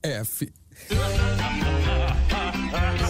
É, fi-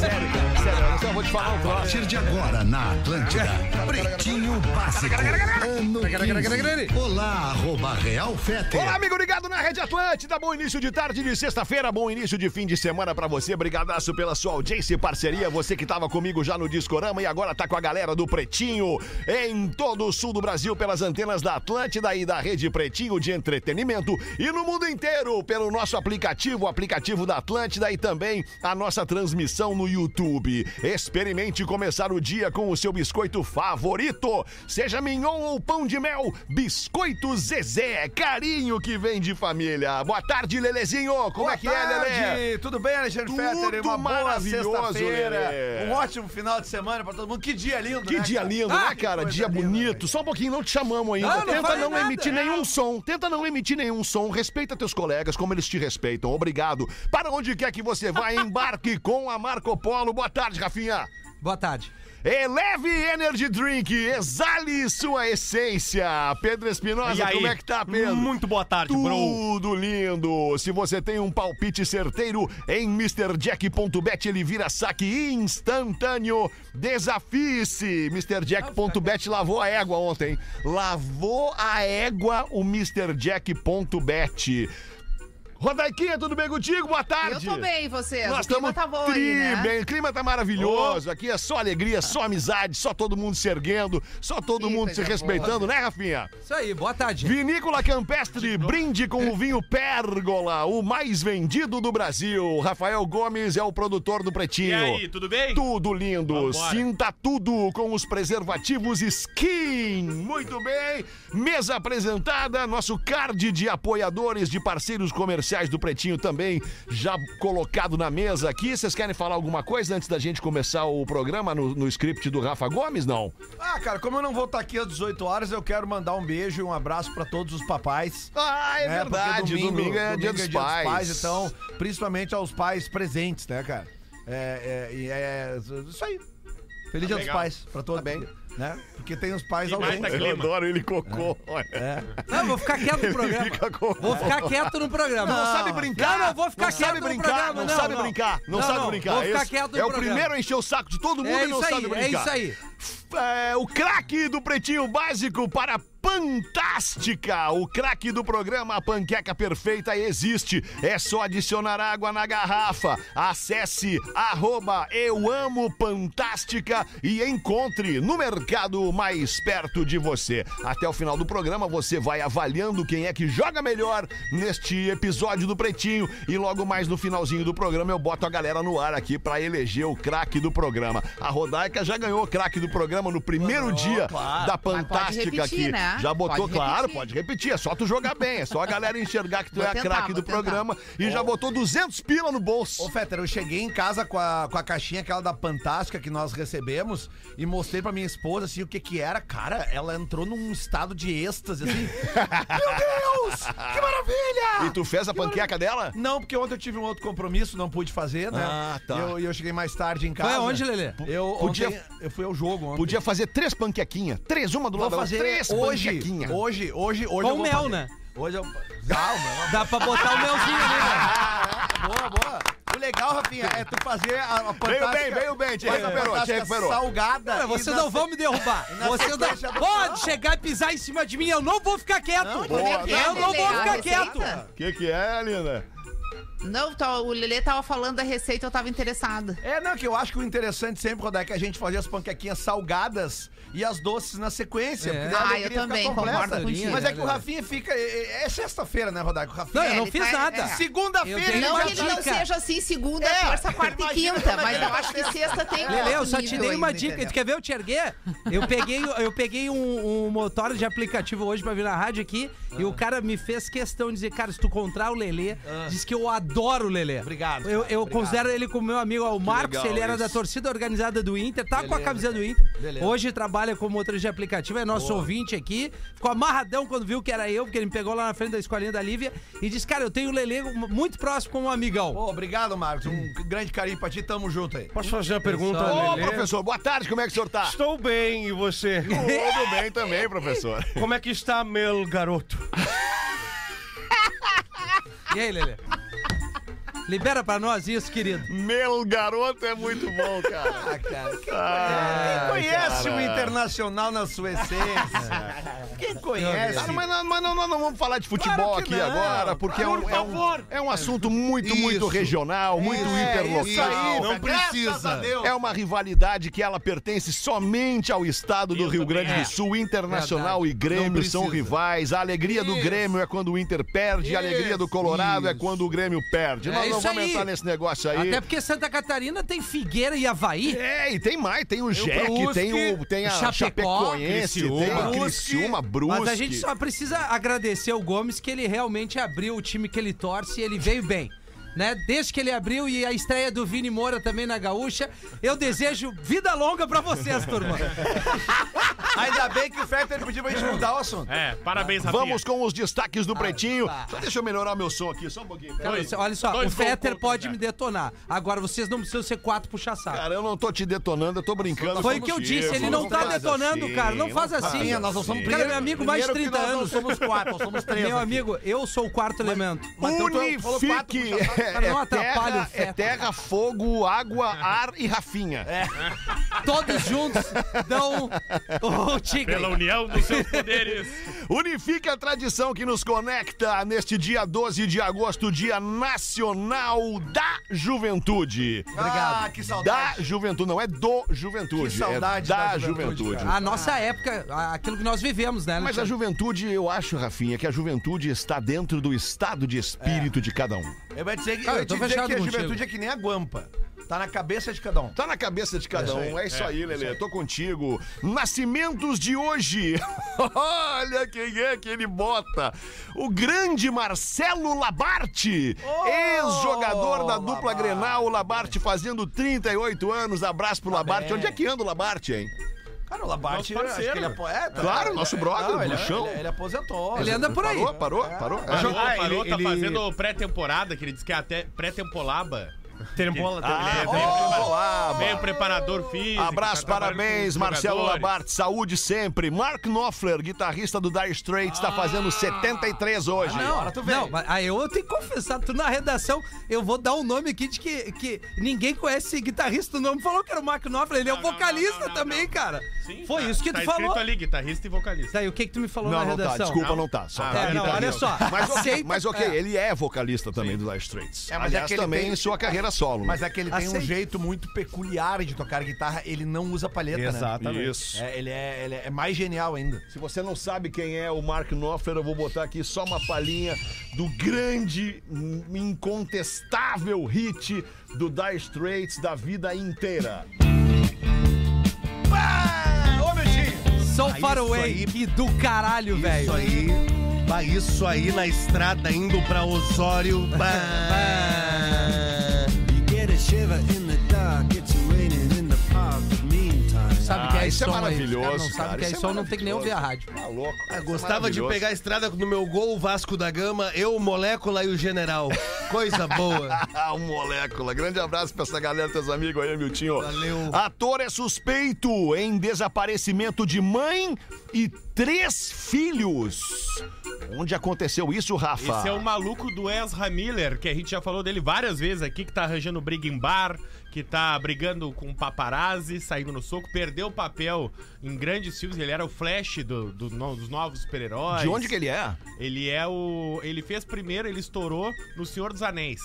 Sério, cara, sério, olha só, eu vou te falar um A troço. partir de agora, na Atlântida, Pretinho Básico, ano 15. Olá, arroba Real Fete. Olá, amigo ligado na Rede Atlântida. Bom início de tarde de sexta-feira, bom início de fim de semana pra você. Brigadaço pela sua audiência e parceria. Você que tava comigo já no Discorama e agora tá com a galera do Pretinho em todo o sul do Brasil pelas antenas da Atlântida e da Rede Pretinho de entretenimento e no mundo inteiro pelo nosso aplicativo, o aplicativo da Atlântida e também a nossa transmissão no YouTube. Experimente começar o dia com o seu biscoito favorito, seja mignon ou pão de mel, biscoito Zezé, carinho que vem de família. Boa tarde, Lelezinho. Como Boa é que tarde, é, Lele? Tudo bem, Alexandre Tudo Fetter? Uma boa maravilhoso, sexta-feira. Lelê. Um ótimo final de semana pra todo mundo. Que dia lindo, Que né, dia cara? lindo, Ah, né, que cara? coisa Dia linda, bonito. Só um pouquinho, não te chamamos ainda. Não, não Tenta falei não nada. emitir nenhum som. Tenta não emitir nenhum som. Respeita teus colegas como eles te respeitam. Obrigado. Para onde quer que você vá, embarque com a Marco Polo. Boa tarde, Rafinha. Boa tarde. Eleve Energy Drink, exale sua essência. Pedro E Espinosa, aí? como é que tá, Pedro? Muito boa tarde, bro. Tudo lindo! Se você tem um palpite certeiro, em MrJack.bet ele vira saque instantâneo. Desafie-se! MrJack.bet lavou a égua ontem. Lavou a égua o MrJack.bet. Rodaiquinha, tudo bem contigo? Boa Eu tarde! tô bem, e vocês. Nós o clima estamos tá bom tri aí, né? bem, o clima tá maravilhoso. Aqui é só alegria, só amizade, só todo mundo se erguendo, só todo Ih, mundo se coisa respeitando, né, Rafinha? Isso aí, boa tarde. Vinícola Campestre, brinde com o vinho Pérgola, o mais vendido do Brasil. Rafael Gomes é o produtor do E Pretinho. aí, tudo bem? Tudo lindo, Vambora. sinta tudo com os preservativos Skin. Muito bem, mesa apresentada, nosso card de apoiadores, de parceiros comerciais do Pretinho também já colocado na mesa aqui. Vocês querem falar alguma coisa antes da gente começar o programa no, no script do Rafa Gomes? Não. velho. Ah, cara, como eu não vou estar aqui às 18 horas, eu quero mandar um beijo e um abraço pra todos os papais. Ah, é, né? Porque verdade, domingo, é dia dos pais. Então, principalmente aos pais presentes, né, cara? É, é, e é isso aí. Feliz dia dos legal. pais pra Tá todos. bem. Né? Porque tem os pais E mais ausentes. daqui. Eu clima. adoro ele cocô. olha. Não, vou ficar quieto no programa. fica com- Vou ficar quieto no programa. Não sabe brincar. Não, não, vou ficar não quieto sabe no brincar, programa. Não, sabe brincar, não, sabe brincar. Vou ficar Esse quieto no é o programa. primeiro a encher o saco de todo mundo É e não isso sabe aí, é brincar. isso aí. É, o craque do Pretinho Básico para Fantástica! O craque do programa A Panqueca Perfeita existe. É só adicionar água na garrafa. Acesse arroba Eu Amo Fantástica e encontre no mercado mais perto de você. Até o final do programa você vai avaliando quem é que joga melhor neste episódio do Pretinho. E logo mais no finalzinho do programa eu boto a galera no ar aqui para eleger o craque do programa. A Rodaica já ganhou o craque do programa no primeiro dia da Fantástica repetir, aqui. né? Já botou, Pode claro, repetir. pode repetir. É só tu jogar bem, é só a galera enxergar que tu Vou é a tentar, craque do vou tentar. programa e já botou 200 pila no Ô, bolso. Fetter, eu cheguei em casa com a, com a caixinha aquela da Fantástica que nós recebemos e mostrei pra minha esposa, assim, o que que era. Cara, ela entrou num estado de êxtase, assim. Meu Deus! Que maravilha! E tu fez a panqueca dela? Não, porque ontem eu tive um outro compromisso, não pude fazer, né? Ah, tá. E eu, e eu cheguei mais tarde em casa. Vai aonde, Lelê? Eu, Podia- ontem, eu fui ao jogo ontem. Podia fazer três panquequinhas. Três, uma do Vou lado da outra. fazer Três hoje, panquequinhas. hoje, hoje, hoje eu vou mel, fazer. né? Hoje eu... Dá, o mel. Dá pra botar o melzinho ali, né? Boa, boa. O legal, Rafinha, é tu fazer a, a fantástica... bem, veio bem, te faz a recuperou, te fantástica recuperou. Salgada. Cara, e vocês na não vão me derrubar. na Vocês sequência não... do- Pode chegar e pisar em cima de mim, eu não vou ficar quieto. Não, é eu boa. não vou Lelê, a ficar receita? quieto. O que, que é, linda? Não, tá, o Lelê tava falando da receita, eu tava interessada. É, não, que eu acho que o interessante sempre, Rodaica, é que a gente fazia as panquequinhas salgadas e as doces na sequência. É. porque daí a Ah, eu alegria fica também, completa. concordo contigo. Mas é que o É, Rafinha fica... É, é sexta-feira, né, Rodaica? O Rafinha... Não, eu É, não ele fiz tá- nada. é. Segunda-feira... Eu dei Não uma que ele não dica. seja assim segunda, É, terça, quarta e imagina quinta, como é mas que eu vai acho que ser. sexta tem um Lele, eu outro só te nível dei uma ainda, dica. entendeu? Tu quer ver eu te erguer? Eu peguei, eu peguei um, um motor de aplicativo hoje pra vir na rádio aqui e o cara me fez questão de dizer, cara, se tu encontrar o Lelê, diz que eu adoro o Lelê. Ah. Obrigado, cara, Eu, eu obrigado. considero ele como meu amigo, ó, o Marcos, legal ele era isso. da torcida organizada do Inter, tá com a Beleza, camisa do cara. Inter. Beleza. Hoje trabalha como motorista de aplicativo, é nosso ouvinte aqui. Ficou amarradão quando viu que era eu, porque ele me pegou lá na frente da escolinha da Lívia e disse, cara, eu tenho o Lelê muito próximo como um amigão. Pô, obrigado, Marcos. Um grande carinho pra ti. Tamo junto aí. Posso fazer uma pergunta, Ô, Lelê? professor, boa tarde, como é que o senhor tá? Estou bem, e você? Tudo bem também, professor. Como é que está, meu garoto? E aí, Lelê? Libera pra nós isso, querido. Meu garoto é muito bom, cara. Ah, cara, quem Ah, conhece cara. o Internacional na sua essência? Quem conhece? Cara, mas, não- mas não, nós não vamos falar de futebol Claro que aqui não. agora, porque é, um, Por é um- favor. é um assunto muito, muito Isso. regional, muito É, interlocal. isso aí, Não graças precisa. a Deus. É uma rivalidade que ela pertence somente ao estado do Rio Grande é. do Sul. Internacional e Grêmio precisa. são rivais. A alegria do Grêmio é quando o Inter perde, a alegria do Colorado é Isso. quando o Grêmio perde. É Nós não isso vamos aí. entrar nesse negócio aí. Até porque Santa Catarina tem Figueira e Havaí. É, e tem mais, tem o Jack, Brusque, tem, o, tem a Chapecó, Chapecoense, Criciúma. tem o Criciúma, Brusque. Mas a gente só precisa agradecer o Gomes que ele realmente abriu o time que ele torce e ele veio bem. Né? Desde que ele abriu e a estreia do Vini Moura também na Gaúcha, eu desejo vida longa pra vocês, turma. Ainda bem que o Fetter pediu pra gente mudar o assunto. É, parabéns, Rafinha. Vamos com os destaques do Pretinho. Só deixa eu melhorar meu som aqui, só um pouquinho. Cara, Dois- olha só, o dois gols Fetter contra, pode cara. me detonar. Agora, vocês não precisam ser quatro puxa-saco. Cara, eu não tô te detonando, eu tô brincando Foi com o que eu você, disse, ele mano. não tá faz detonando, assim, cara. Não faz assim. Rafinha, nós não somos Cara, primeiro- meu amigo, mais de primeiro 30 que nós não anos. somos quatro, nós somos três. Meu aqui. amigo, eu sou o quarto elemento. Mas então tu é o- falou quatro, Unifique! puxa saco, cara, não É atrapalha o terra, é feto. terra, fogo, água, ar e Rafinha. Todos juntos dão o tigre. Pela união dos seus poderes. Unifique a tradição que nos conecta neste dia 12 de agosto, Dia Nacional da Juventude. Ah, que Da saudade. Juventude, não é do Juventude. Que saudade é da, da Juventude. juventude, cara. A nossa época, a- aquilo que nós vivemos, né? Mas a Alexandre? juventude, eu acho, Rafinha, que a juventude está dentro do estado de espírito de cada um. Eu vou dizer que, Cara, eu eu tô te dizer fechado que a contigo. juventude é que nem a guampa. Tá na cabeça de cada um. Tá na cabeça de cada um, é isso aí, Lelê. Tô contigo. Nascimentos de hoje. Olha quem é que ele bota. O grande Marcelo Labarte, ex-jogador da dupla Labarte. Grenal. O Labarte fazendo 38 anos. Abraço pro Labarte. Onde é que anda o Labarte, hein? Cara, o Labarte, Nosso eu acho que ele é parceiro. poeta. Claro, nosso brother do ele, é- chão. Ele, ele aposentou. Ele anda por aí. Parou, parou, parou. É. Parou, Ah, parou, ele- tá ele- fazendo pré-temporada, que ele disse que é até pré-temporolaba. Tempola, Ah, Ele é Olá, Meio preparador físico. Abraço, tá trabalhando parabéns, com Marcelo jogadores. Labarte. Saúde sempre. Mark Knopfler, guitarrista do Dire Straits, tá fazendo 73 hoje. Não, não, mas aí eu tenho que confessar, tu na redação, eu vou dar um nome aqui de que, que ninguém conhece esse guitarrista, o nome falou que era o Mark Knopfler, ele é Não, um não, vocalista não, não, não, também, não. cara. Sim, Foi tá- isso que tu tá falou. escrito ali, guitarrista e vocalista. Daí, o que que tu me falou Não, na não tá. redação? Desculpa, não tá. Só Ah, tá É, não, olha guitarrista. só. Mas ok, aceita- mas ok, é. ele é vocalista também do Dire Straits. É, mas é Aliás, que ele também tem- em sua carreira solo. Mas né? é que ele tem um Aceita. jeito muito peculiar de tocar guitarra, ele não usa palheta, né? Exatamente. Isso. É, ele, é, ele é mais genial ainda. Se você não sabe quem é o Mark Knopfler, eu vou botar aqui só uma palhinha do grande, hum, incontestável hit do Dire Straits da vida inteira. Ô, meu tio! So Ah, Far isso Away aí. e do caralho, Isso velho. aí, bah, isso aí na estrada indo pra Osório. bah. Sabe que Ah, é isso é som aí, os maravilhoso, caras Não cara, sabe que é isso é som, não tem que nem ouvir a rádio. Tá louco? Ah, cara, isso é Gostava de maravilhoso. pegar a estrada no meu gol, Vasco da Gama, eu, Molécula e o General. Coisa boa. Ah, o Molécula. Grande abraço pra essa galera, teus amigos aí, Miltinho. Valeu. Ator é suspeito em desaparecimento de mãe e três filhos. Onde aconteceu isso, Rafa? Esse é o maluco do Ezra Miller, que a gente já falou dele várias vezes aqui, que tá arranjando briga em bar, que tá brigando com paparazzi, saindo no soco, perdeu o papel em grandes filmes, ele era o Flash do- do no- dos novos super-heróis. De onde que ele é? Ele é o. Ele fez primeiro, ele estourou no Senhor dos Anéis.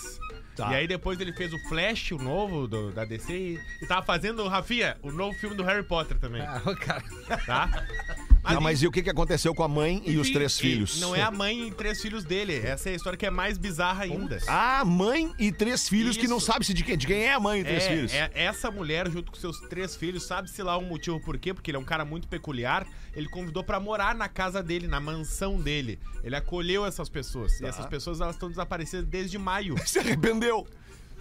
Tá. E aí depois ele fez o Flash, o novo do- da DC, e, e tava fazendo, Rafinha, o novo filme do Harry Potter também, Ah, cara. tá? Ah, mas e o que que aconteceu com a mãe e os Enfim, três e filhos? Não é a mãe e três filhos dele. Essa é a história que é mais bizarra ainda. A Ah, mãe e três filhos que não Isso. sabe se de quem, de quem é a mãe e três É, filhos. é, essa mulher, junto com seus três filhos, sabe-se lá o motivo por quê, porque ele é um cara muito peculiar. Ele convidou pra morar na casa dele, na mansão dele. Ele acolheu essas pessoas. Tá. E essas pessoas elas estão desaparecidas desde maio. Se arrependeu.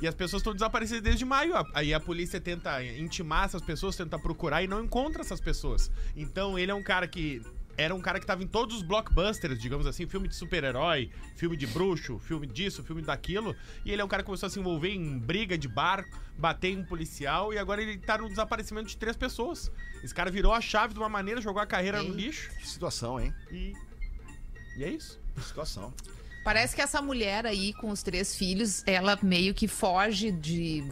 E as pessoas estão desaparecidas desde maio. A- Aí a polícia tenta intimar essas pessoas, tenta procurar e não encontra essas pessoas. Então ele é um cara que. Era um cara que tava em todos os blockbusters, digamos assim, filme de super-herói, filme de bruxo, filme disso, filme daquilo. E ele é um cara que começou a se envolver em briga de bar, bater em policial, e agora ele tá no desaparecimento de três pessoas. Esse cara virou a chave de uma maneira, jogou a carreira no lixo Que situação, hein? e. E é isso. Que situação. Parece que essa mulher aí, com os três filhos, ela meio que foge de.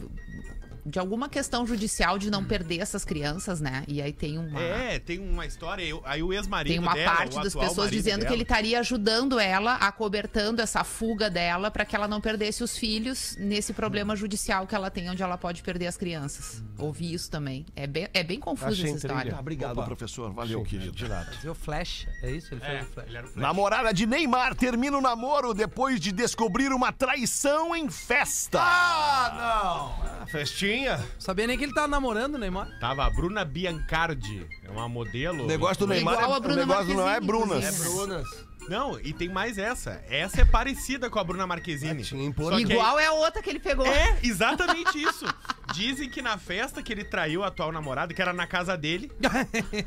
De alguma questão judicial de não perder essas crianças, né? E aí tem uma. É, tem uma história. eu- Aí o ex-marido Tem uma dela, parte o das atual pessoas marido dizendo dela- que ele estaria ajudando ela, acobertando essa fuga dela, para que ela não perdesse os filhos nesse problema judicial que ela tem, onde ela pode perder as crianças. Ouvi isso também. É bem, é bem confusa essa história. Obrigado, professor. Valeu, querido. Viu Flash? É isso? Ele fez o Flash. Ele era o Fred. Namorada de Neymar termina o namoro depois de descobrir uma traição em festa. A festinha? Sabia nem que ele tava namorando, Neymar. Tava a Bruna Biancardi, é uma modelo. O negócio do Neymar Igual é, a o Bruna negócio não é Marquezine, Brunas. inclusive. Não, e tem mais essa. Essa é parecida com a Bruna Marquezine. tinha por- Só que Igual é a outra que ele pegou. É, exatamente isso. Dizem que na festa que ele traiu a atual namorada, que era na casa dele.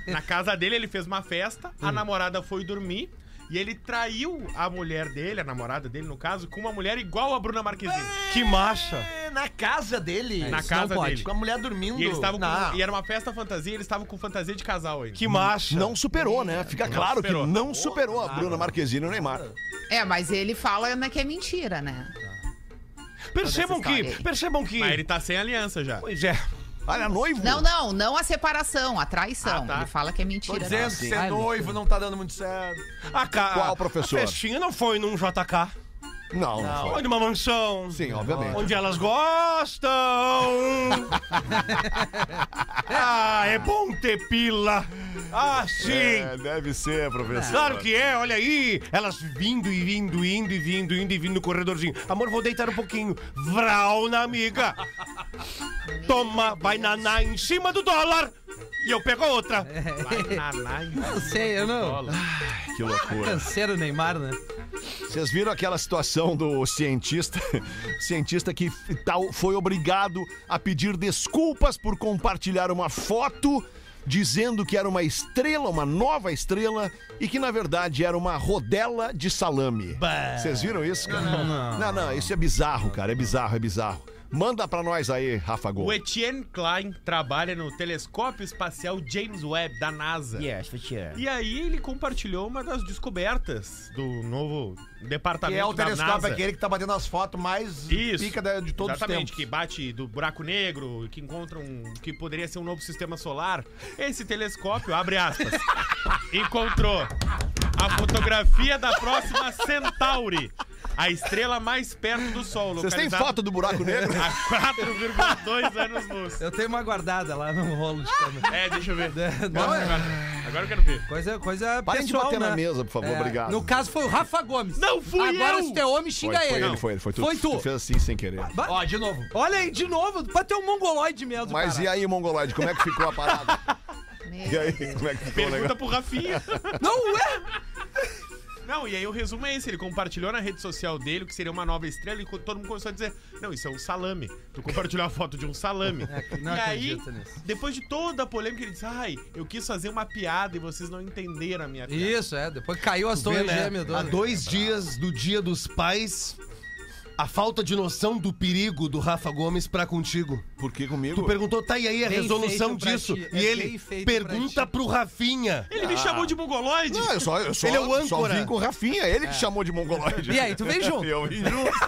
na casa dele ele fez uma festa, a namorada foi dormir. E ele traiu a mulher dele, a namorada dele, no caso, com uma mulher igual a Bruna Marquezine. Que macha. Na casa dele. na casa pode. dele. Com a mulher dormindo. E eles estavam com- Não. E era uma festa fantasia, eles estavam com fantasia de casal ainda. Que macha. Não superou, né? Fica claro superou. que não superou a Bruna Marquezine e o Neymar. Ah, É, mas ele fala né, que é mentira, né? Percebam Toda essa que, história aí. percebam que... Mas ele tá sem aliança já. Pois é. Olha, noivo. Não, não, não a separação, a traição. Ah, tá. Ele fala que é mentira. Dizendo que ser noivo não tá dando muito certo. A ca... Qual, professor? A festinha não foi num JK. Não, não foi. Foi numa mansão. Sim, obviamente. Onde elas gostam. ah, é bom ter pila. Ah, sim. É, deve ser, professor. Claro que é, olha aí. Elas vindo e vindo, indo e vindo, indo e vindo no corredorzinho. Amor, vou deitar um pouquinho. Vral na amiga. Toma, vai naná em cima do dólar. E eu pego a outra. Vai naná em Não sei, eu não. bola. Que loucura. Canseiro Neymar, né? Vocês viram aquela situação do cientista? cientista que f- tal foi obrigado a pedir desculpas por compartilhar uma foto dizendo que era uma estrela, uma nova estrela, e que na verdade era uma rodela de salame. Vocês viram isso, cara? Não não. não, isso é bizarro, cara. É bizarro, é bizarro. Manda pra nós aí, Rafa Gol. O Etienne Klein trabalha no telescópio espacial James Webb da NASA. é, Yes, for sure. E aí ele compartilhou uma das descobertas do novo Que departamento é o da telescópio NASA. aquele que tá batendo as fotos mais Isso. pica da- de todos Exatamente, os que tempos. bate do buraco negro, que encontra um que poderia ser um novo sistema solar. Esse telescópio, abre aspas, encontrou a fotografia da próxima Centauri, a estrela mais perto do Sol, Vocês têm localizada foto do buraco negro? a 4,2 anos luz. Eu tenho uma guardada lá no rolo de câmera. É, deixa eu ver. Não, é. Agora, agora eu quero ver. Coisa, coisa Parem de pessoal, bater né? na mesa, por favor, obrigado. No caso foi o Rafa Gomes. Não fui Agora eu! se tu é homem, Foi, xinga foi ele. ele, foi ele, foi tu. Foi tu. Tu fez assim sem querer. Ba- Ó, de novo. Olha aí, de novo, bateu um mongoloide mesmo, Mas e cara. aí, Mongoloide, como é que ficou a parada? Meu E aí, como é que ficou o negócio? Pergunta pro Rafinha. Não é? Não, e aí o resumo é esse. Ele compartilhou na rede social dele o que seria uma nova estrela e co- todo mundo começou a dizer, não, isso é um salame. Tu compartilhou a foto de um salame. É, não e aí, acredito nisso. depois de toda a polêmica, ele disse, ai, eu quis fazer uma piada e vocês não entenderam a minha piada. Isso, é. Depois caiu as torres Vê, né? gêmeas. Há todas. dois dias do Dia dos Pais, a falta de noção do perigo do Rafa Gomes pra contigo. Por que comigo? Tu perguntou, tá, e aí a Bem resolução feito pra disso? ti, é E bem ele feito pra pergunta ti. pro Rafinha. Ele ah. me chamou de mongoloide. Não, eu só, eu só, Ele é o só âncora. vim com o Rafinha, ele que chamou de mongoloide. E aí, tu vem junto? Eu vim junto.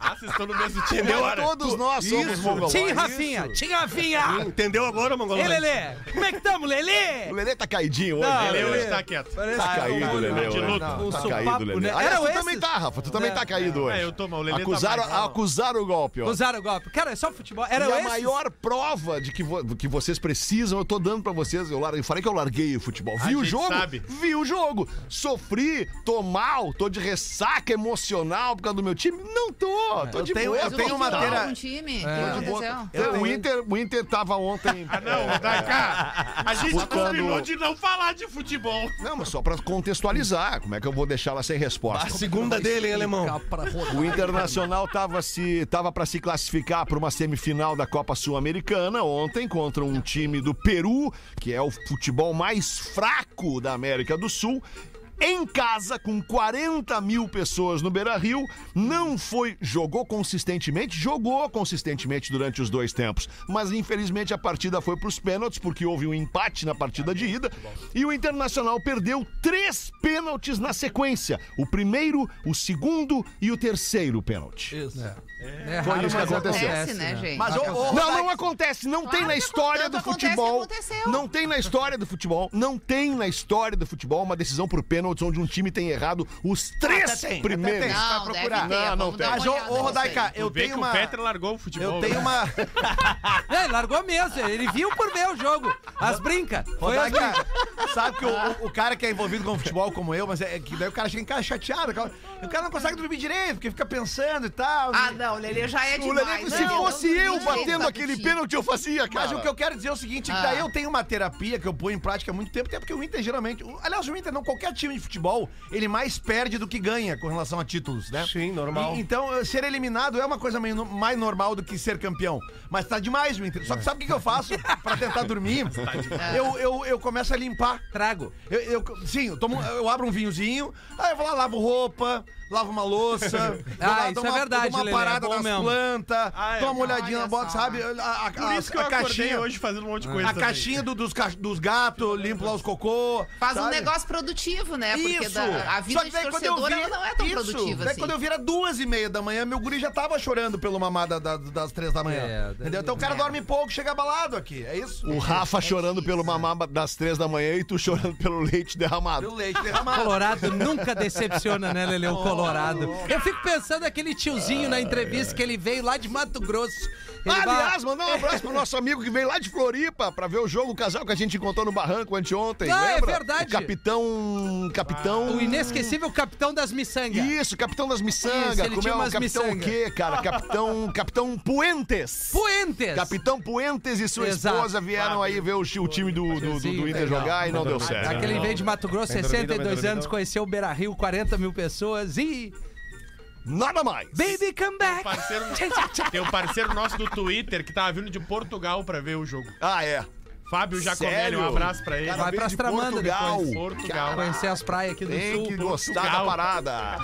Ah, vocês estão no mesmo time Mas agora. todos nós somos mongoloides. Tim Rafinha, Tim Rafinha. Entendeu agora, Ei, Mongoloide? Lelê, como é que tamo, O Lelê? Lelê tá caidinho hoje. Não, né, Ele eu- hoje Lelê? tá quieto. Tá caído, Lelê. de hoje. luto. Não, Um Tá sopapo, caído, Lelê. né? Aliás, Era tu também esses? tá, Rafa. Tu também tá caído hoje. É, eu tô mal, o Lelê tá acusaram, mais mal. acusaram o golpe, ó. Usaram o golpe. Cara, é só futebol. Era e a esse? maior prova de que, vo- que vocês precisam, eu tô dando pra vocês. Eu, lar- eu falei que eu larguei o futebol. A Vi o gente jogo? sabe. Vi o jogo. Sofri, tô mal, tô de ressaca emocional por causa do meu time. Não tô, tô eu de tenho- boa. eu Mas o tô tenho que de uma que boa. houve maneira- com o time? O que aconteceu? Então, o, Inter, o Inter tava ontem. Ah, não, vai cá. A gente Disputando- combinou de não falar de futebol. Não, mas só pra contextualizar, como é que eu vou deixar ela sem A resposta? segunda dele, hein, alemão? O Internacional tava se tava para se classificar para uma semifinal da Copa Sul-Americana ontem contra um time do Peru, que é o futebol mais fraco da América do Sul. Em casa, com 40 mil pessoas no Beira Rio, não foi. Jogou consistentemente? Jogou consistentemente durante os dois tempos. Mas infelizmente a partida foi para os pênaltis, porque houve um empate na partida de ida. E o Internacional perdeu três pênaltis na sequência: o primeiro, o segundo e o terceiro pênalti. Isso. É Foi raro, isso que mas aconteceu. Acontece, né, gente? Mas, ô, Não, ô, é. não Rodaica, acontece. Não Claro tem na que história tanto do acontece que futebol. aconteceu. Não tem na história do futebol. Não tem na história do futebol uma decisão por pênaltis onde um time tem errado os Ah, tá, três Até tem, até primeiros. tem. Não, Vai deve procurar. ter, Não, não vamos dar uma Mas, ô, olhada ô, nisso aí. Rodaica, eu vê que tenho uma. o Petra largou o futebol. né? Eu tenho uma. É, largou mesmo. Ele viu por ver o jogo. As brincas. Foi as brincas. Rodaica, sabe que o, o cara que é envolvido com futebol como eu, mas é, é que daí o cara chega em casa chateado. O cara, o cara não consegue dormir direito, porque fica pensando e tal. né? Ah, não, o Lelê já é O demais. Lelê, se Não, fosse não, eu não, batendo não, aquele não. pênalti, eu fazia, cara. Mas o que eu quero dizer é o seguinte, que Ah. daí eu tenho uma terapia que eu ponho em prática há muito tempo, até porque o Inter geralmente... o- Aliás, o Inter não, qualquer time de futebol, ele mais perde do que ganha com relação a títulos, né? Sim, normal. E- então, eh, ser eliminado é uma coisa meio no- mais normal do que ser campeão. Mas tá demais o Inter. Só que sabe o que que eu faço pra tentar dormir? Tá eu, eu, eu começo a limpar. Trago. Eu, eu- sim, eu, tomo- eu abro um vinhozinho, aí eu vou lá, lavo roupa, lavo uma louça. vou lá, Ah, isso dou é uma, verdade, dou uma Lelê, parada é bom nas mesmo. plantas, Ah, é. dou uma olhadinha Olha na bota, só. sabe? A, a, a, Por isso que eu a acordei caixinha, hoje fazendo um monte de coisa. a também. caixinha do- dos, cach- dos gatos, limpo lá os cocô. Faz um sabe? negócio produtivo, né? Porque Isso. da- a vida Só que de daí quando eu torcedor vi- ela não é tão isso. produtiva Daí assim. quando eu vira duas e meia da manhã, meu guri já tava chorando pelo mamada da- das três da manhã. É, entendeu? Então o cara é. dorme pouco, chega abalado aqui. É isso. O Rafa chorando pelo mamá das três da manhã e tu chorando pelo leite derramado. Deu leite derramado. Colorado nunca decepciona, né, Lele? O Colorado. Eu fico pensando aquele tiozinho na entrevista que ele veio lá de Mato Grosso. Ele Ah, vai- Aliás, mandar um abraço pro nosso amigo que veio lá de Floripa pra ver o jogo, o casal que a gente encontrou no barranco anteontem. Ah, é lembra? verdade. Ah, O capitão. Capitão. o inesquecível capitão das miçangas. Isso, capitão das Isso, miçangas. ele Como tinha é o umas capitão o miçangas. quê, cara? Capitão. Capitão Puentes. Puentes. Capitão Puentes e sua Exato. esposa vieram aí ver o, chi- o time do, do, do- do Inter jogar e não deu certo. É. Aquele veio de Mato Grosso, Bem dormido, bem 62 anos, dormido. conheceu o Beira Rio, 40 mil pessoas e. Nada mais. Baby come back! Parceiro, tem um parceiro nosso do Twitter que tava vindo de Portugal pra ver o jogo. Ah, é. Fábio Jacomelli, Sério? um abraço pra ele. Vai veio pras de Tramandas Portugal. depois. Portugal. Conhecer as praias aqui do Tem sul. que gostar da Portugal. parada.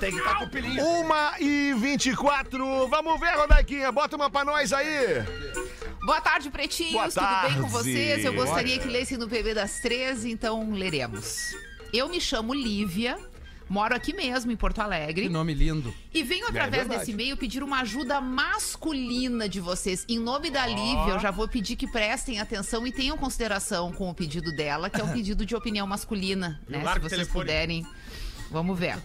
Tem que estar com o pelinho. Uma e 24. Vamos ver, Rodaiquinha. Bota uma pra nós aí. Boa tarde, pretinhos. Boa Tudo bem tarde. com vocês? Eu gostaria que lessem no PB das 13, então leremos. Eu me chamo Lívia, moro aqui mesmo, em Porto Alegre. Que nome lindo. né? E É venho através verdade. desse e-mail pedir uma ajuda masculina de vocês. Em nome da Lívia, eu já vou pedir que prestem atenção e tenham consideração com o pedido dela, que é um pedido de opinião masculina, Eu né? Se largo o vocês telefone. puderem. Vamos ver.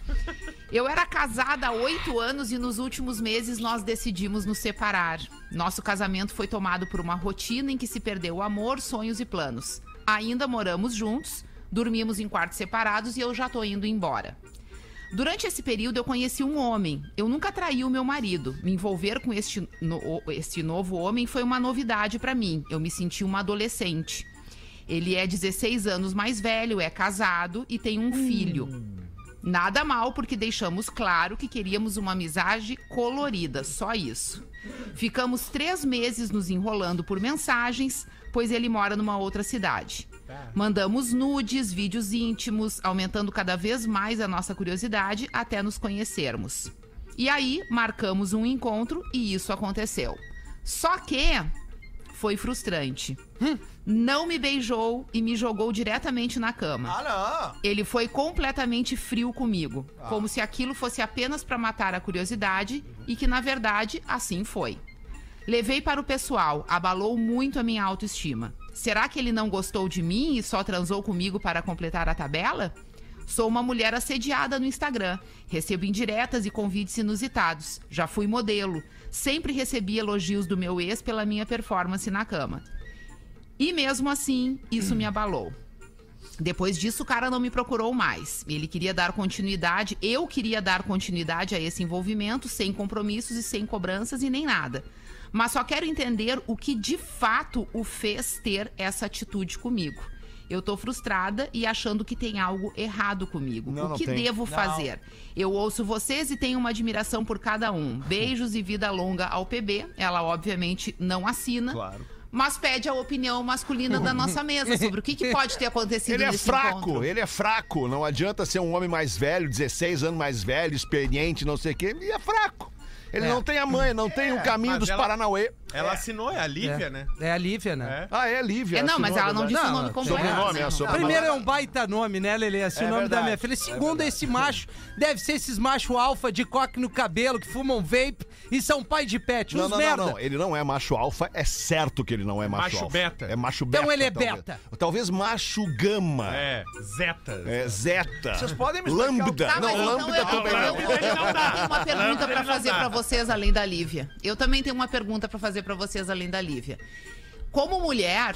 Eu era casada há oito anos e nos últimos meses nós decidimos nos separar. Nosso casamento foi tomado por uma rotina em que se perdeu o amor, sonhos e planos. Ainda moramos juntos, dormimos em quartos separados e eu já tô indo embora. Durante esse período, eu conheci um homem. Eu nunca traí o meu marido. Me envolver com este, no- este novo homem foi uma novidade pra mim. Eu me senti uma adolescente. Ele é 16 anos mais velho, é casado e tem um filho. Nada mal, porque deixamos claro que queríamos uma amizade colorida, só isso. Ficamos três meses nos enrolando por mensagens, pois ele mora numa outra cidade. Mandamos nudes, vídeos íntimos, aumentando cada vez mais a nossa curiosidade até nos conhecermos. E aí, marcamos um encontro e isso aconteceu. Só que foi frustrante. Não me beijou e me jogou diretamente na cama. Ah, não. Ele foi completamente frio comigo, como se aquilo fosse apenas para matar a curiosidade e que na verdade assim foi. Levei para o pessoal, abalou muito a minha autoestima. Será que ele não gostou de mim e só transou comigo para completar a tabela? Sou uma mulher assediada no Instagram. Recebo indiretas e convites inusitados. Já fui modelo. Sempre recebi elogios do meu ex pela minha performance na cama. E mesmo assim, isso me abalou. Depois disso, o cara não me procurou mais. Ele queria dar continuidade, eu queria dar continuidade a esse envolvimento, sem compromissos e sem cobranças e nem nada. Mas só quero entender o que de fato o fez ter essa atitude comigo. Eu tô frustrada e achando que tem algo errado comigo. Não, o não que tem. devo fazer? Eu ouço vocês e tenho uma admiração por cada um. Beijos e vida longa ao PB. Ela obviamente não assina. Claro. mas pede a opinião masculina da nossa mesa sobre o que, que pode ter acontecido Ele é nesse fraco, encontro. ele é fraco. Não adianta ser um homem mais velho, 16 anos mais velho, experiente, não sei o quê. Ele é fraco. Ele É. não tem a mãe, não tem o caminho mas dos ela- Paranauê. Ela assinou, é a Lívia, é. né? É a Lívia, né? É. Ah, é Lívia. É, não, mas assinou, ela não verdade. disse o Não, nome completo. sobrenome, é né? sobrenome. Primeiro é um baita nome, né, Lelê? Assim, É o nome verdade, da minha filha. Segundo, é esse macho deve ser esses macho alfa de coque no cabelo que fumam vape e são pai de pet. Não, Uns não, merda. não, não. Ele não é macho alfa. É certo que ele não é macho, Macho alfa. beta. É macho beta. Então ele é talvez. beta. Talvez macho gama. É. É, Zeta. zeta. Vocês podem me explicar Lambda. Tá, mas não, então lambda eu, também eu- não. eu- eu tenho uma pergunta pra fazer dá. pra vocês além da Lívia. Eu também tenho uma pergunta pra fazer pra vocês além da Lívia. Como mulher,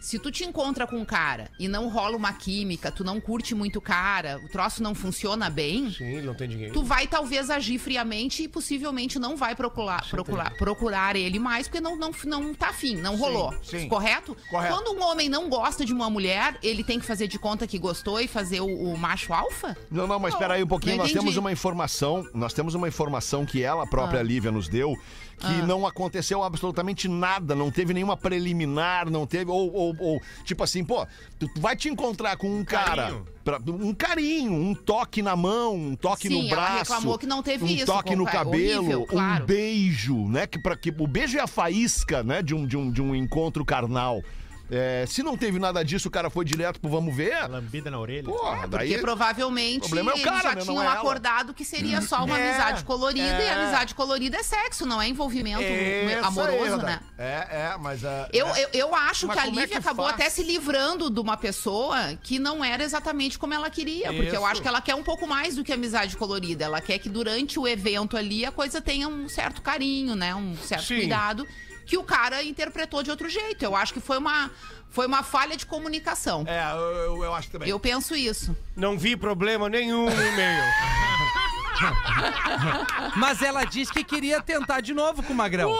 se tu te encontra com um cara e não rola uma química, tu não curte muito o cara, o troço não funciona bem, Sim, ele não tem dinheiro. tu vai talvez agir friamente e possivelmente não vai procurar, procurar, procurar ele mais, porque não, não, não tá afim, não rolou. sim. Correto? Correto. Quando um homem não gosta de uma mulher, ele tem que fazer de conta que gostou e fazer o, o macho alfa? Não, não, mas espera aí um pouquinho. Não Nós temos entendi. Ah. uma informação, nós temos uma informação que ela própria Lívia nos deu, que não aconteceu absolutamente nada, não teve nenhuma preliminar, não teve ou, ou- ou, tipo assim, pô, tu tu vai te encontrar com um cara, Carinho. pra- um carinho, um toque na mão, um toque Sim, no ela braço, reclamou que não teve um isso, toque pô, no é cabelo, horrível, um claro. beijo, né? Que para que o beijo é a faísca, né? De um de um, de um encontro carnal. É, se não teve nada disso, o cara foi direto pro vamos ver. Lambida na orelha. Porra, daí Porque provavelmente o problema é o eles cara, já né? Não tinham é ela. acordado que seria só uma É, amizade colorida, e é. amizade colorida é sexo, não é envolvimento Isso aí, amoroso, Rodaica. né? É, é, mas... ah, Eu, é. eu, eu acho Mas que a como é Lívia que acabou faz? até se livrando de uma pessoa que não era exatamente como ela queria. Porque eu acho que ela quer um pouco mais do que amizade colorida. Ela quer que durante o evento ali a coisa tenha um certo carinho, né? Um certo Sim. cuidado. Que o cara interpretou de outro jeito. Eu acho que foi uma, foi uma falha de comunicação. É, eu, eu- eu acho também. Eu penso isso. Não vi problema nenhum no e-mail. Mas ela disse que queria tentar de novo com o Magrão.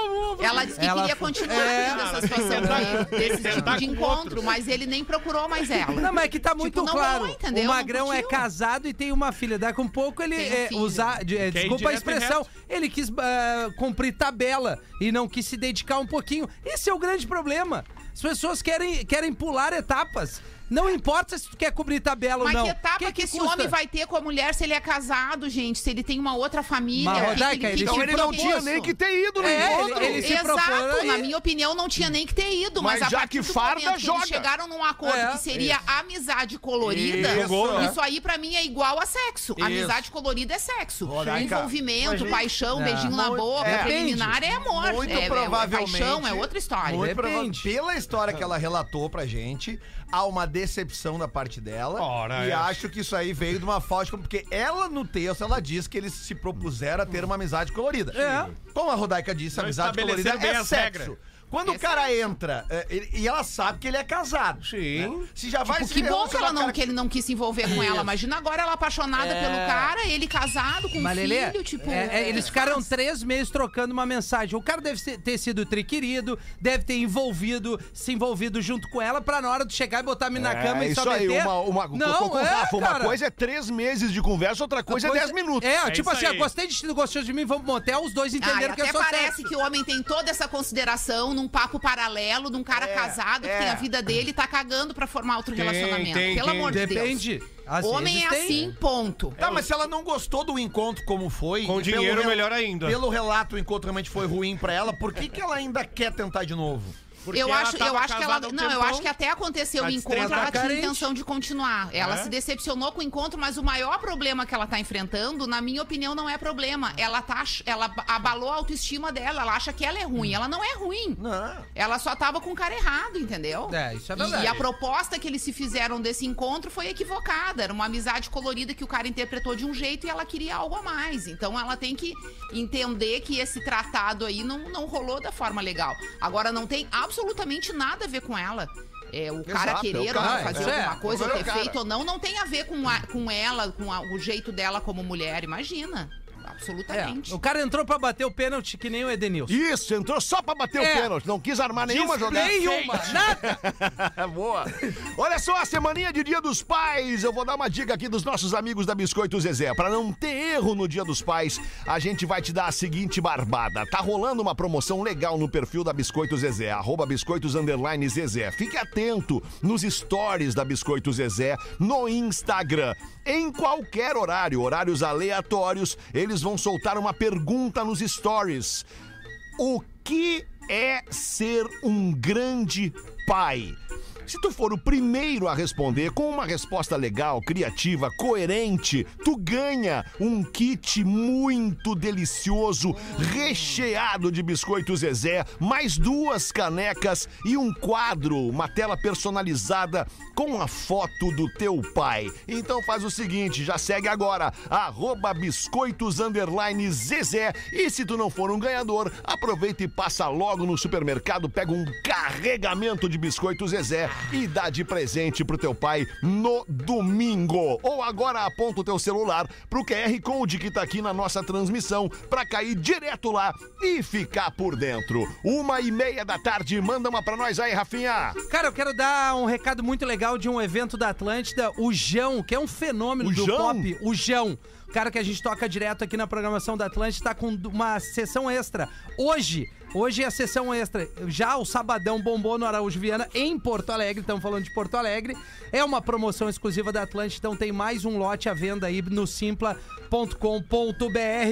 Ela disse que Ela queria fu- continuar É. tendo essa situação com ele, desse tipo Tentar de com encontro, outros. mas ele nem procurou mais ela. Não, mas é que tá muito Tipo, não claro. rolou, entendeu? o Não Magrão é curtiu. casado e tem uma filha. Daqui um pouco ele Tem um é, filho. usar. de- é, Quer ir desculpa a direto e expressão. Ele quis ah, cumprir tabela e não quis se dedicar um pouquinho. Esse é o grande problema. As pessoas querem, querem pular etapas. Não importa se tu quer cobrir tabela Mas ou não. que etapa que, que esse custa? homem vai ter com a mulher se ele é casado, gente? Se ele tem uma outra família? Mas, o que que Rodaica, ele- tem Então de ele não tinha propósito? nem que ter ido no É, ele- encontro. ele se propõe Exato, aí. na minha opinião não tinha nem que ter ido, mas, Mas a já partir que do farda, momento que joga. eles chegaram num acordo É, que seria amizade colorida, Isso, isso, né? aí pra mim é igual a sexo. Amizade colorida é sexo. Rodaica, Envolvimento, paixão, É. beijinho na Muito- boca, é. preliminar é amor. Muito é, é- provavelmente. É paixão, é outra história. Muito Depende. provavelmente, pela história que ela relatou pra gente, há uma decepção da parte dela. Ora, e é. acho que isso aí veio de uma falta de. Porque ela, no texto, ela diz que eles se propuseram a ter uma amizade colorida. É. Como a Rodaica disse, a Não amizade colorida estabeleceram bem é as sexo. regras. Quando o cara entra, é, ele- e ela sabe que ele é casado. Sim. né? Se já vai Tipo, que bom que, relacionar ela com não, o cara que ele não quis se envolver com ela. Imagina agora ela apaixonada É. pelo cara, ele casado com um Mas, Lelê, filho, tipo. é- é, eles ficaram três meses trocando uma mensagem. O cara deve ser- ter sido triquerido, deve ter envolvido, se envolvido junto com ela, pra na hora de chegar e botar a mina na cama e É, isso só aí, meter. uma, uma, não, com- com- é, Rafa, uma cara. coisa é três meses de conversa, outra coisa, é dez minutos. É, É tipo isso assim, aí. ah, gostei de ti, gostou de mim, vamos pro motel, os dois Ah, e entenderam que até eu sou parece sexo. que o homem tem toda essa consideração num papo paralelo de um cara É, casado que é. tem a vida dele e tá cagando pra formar outro Tem, relacionamento. tem, Pelo tem. amor de Deus. Depende. Às Homem é vezes tem. assim, ponto. Tá, mas se ela não gostou do encontro como foi... Com e dinheiro, rel- melhor ainda. Pelo relato, o encontro realmente foi ruim pra ela. Por que, que ela ainda quer tentar de novo? Porque eu ela acho, eu tava acho que ela. casada há um Não, eu tempão. acho que até aconteceu o Tá encontro, destrezada, ela tinha carente. intenção de continuar. Ela É? se decepcionou com o encontro, mas o maior problema que ela tá enfrentando, na minha opinião, não é problema. Ela tá. ach- Ela abalou a autoestima dela. Ela acha que ela é ruim. Ela não é ruim. Não. Ela só tava com o cara errado, entendeu? É, isso é E- verdade. E a proposta que eles se fizeram desse encontro foi equivocada. Era uma amizade colorida que o cara interpretou de um jeito e ela queria algo a mais. Então ela tem que entender que esse tratado aí não, não rolou da forma legal. Agora não tem absolutamente nada a ver com ela. É, o cara Exato, é querer o cara, ou não fazer isso é. alguma coisa, O ou cara é o ter cara. feito ou não, não tem a ver com, a- com ela, com a- o jeito dela como mulher, imagina. absolutamente. É, O cara entrou pra bater o pênalti que nem o Edenilson. Isso, entrou só pra bater É. o pênalti. Não quis armar nenhuma jogada. Nenhuma, nada. Boa. Olha só, a semaninha de Dia dos Pais. Eu vou dar uma dica aqui dos nossos amigos da Biscoito Zezé. Para não ter erro no Dia dos Pais, a gente vai te dar a seguinte barbada. Tá rolando uma promoção legal no perfil da Biscoito Zezé, arroba biscoitos underline Zezé. Fique atento nos stories da Biscoito Zezé no Instagram. Em qualquer horário, horários aleatórios, eles vão soltar uma pergunta nos stories. O que é ser um grande pai? Se tu for o primeiro a responder com uma resposta legal, criativa, coerente, tu ganha um kit muito delicioso, recheado de biscoitos Zezé, mais duas canecas e um quadro, uma tela personalizada com a foto do teu pai. Então faz o seguinte, já segue agora, arroba biscoitos underline Zezé. E se tu não for um ganhador, aproveita e passa logo no supermercado, pega um carregamento de biscoitos Zezé e dá de presente pro teu pai no domingo. Ou agora aponta o teu celular pro QR Code que tá aqui na nossa transmissão pra cair direto lá e ficar por dentro. Uma e meia da tarde, manda uma pra nós aí, Rafinha. Cara, eu quero dar um recado muito legal de um evento da Atlântida, o Jão, que é um fenômeno O do Jão? pop. O Jão. O cara que a gente toca direto aqui na programação da Atlântida tá com uma sessão extra. Hoje, hoje é a sessão extra. Já o Sabadão bombou no Araújo Viana em Porto Alegre, estamos falando de Porto Alegre. É uma promoção exclusiva da Atlântida, então tem mais um lote à venda aí no simpla.com.br.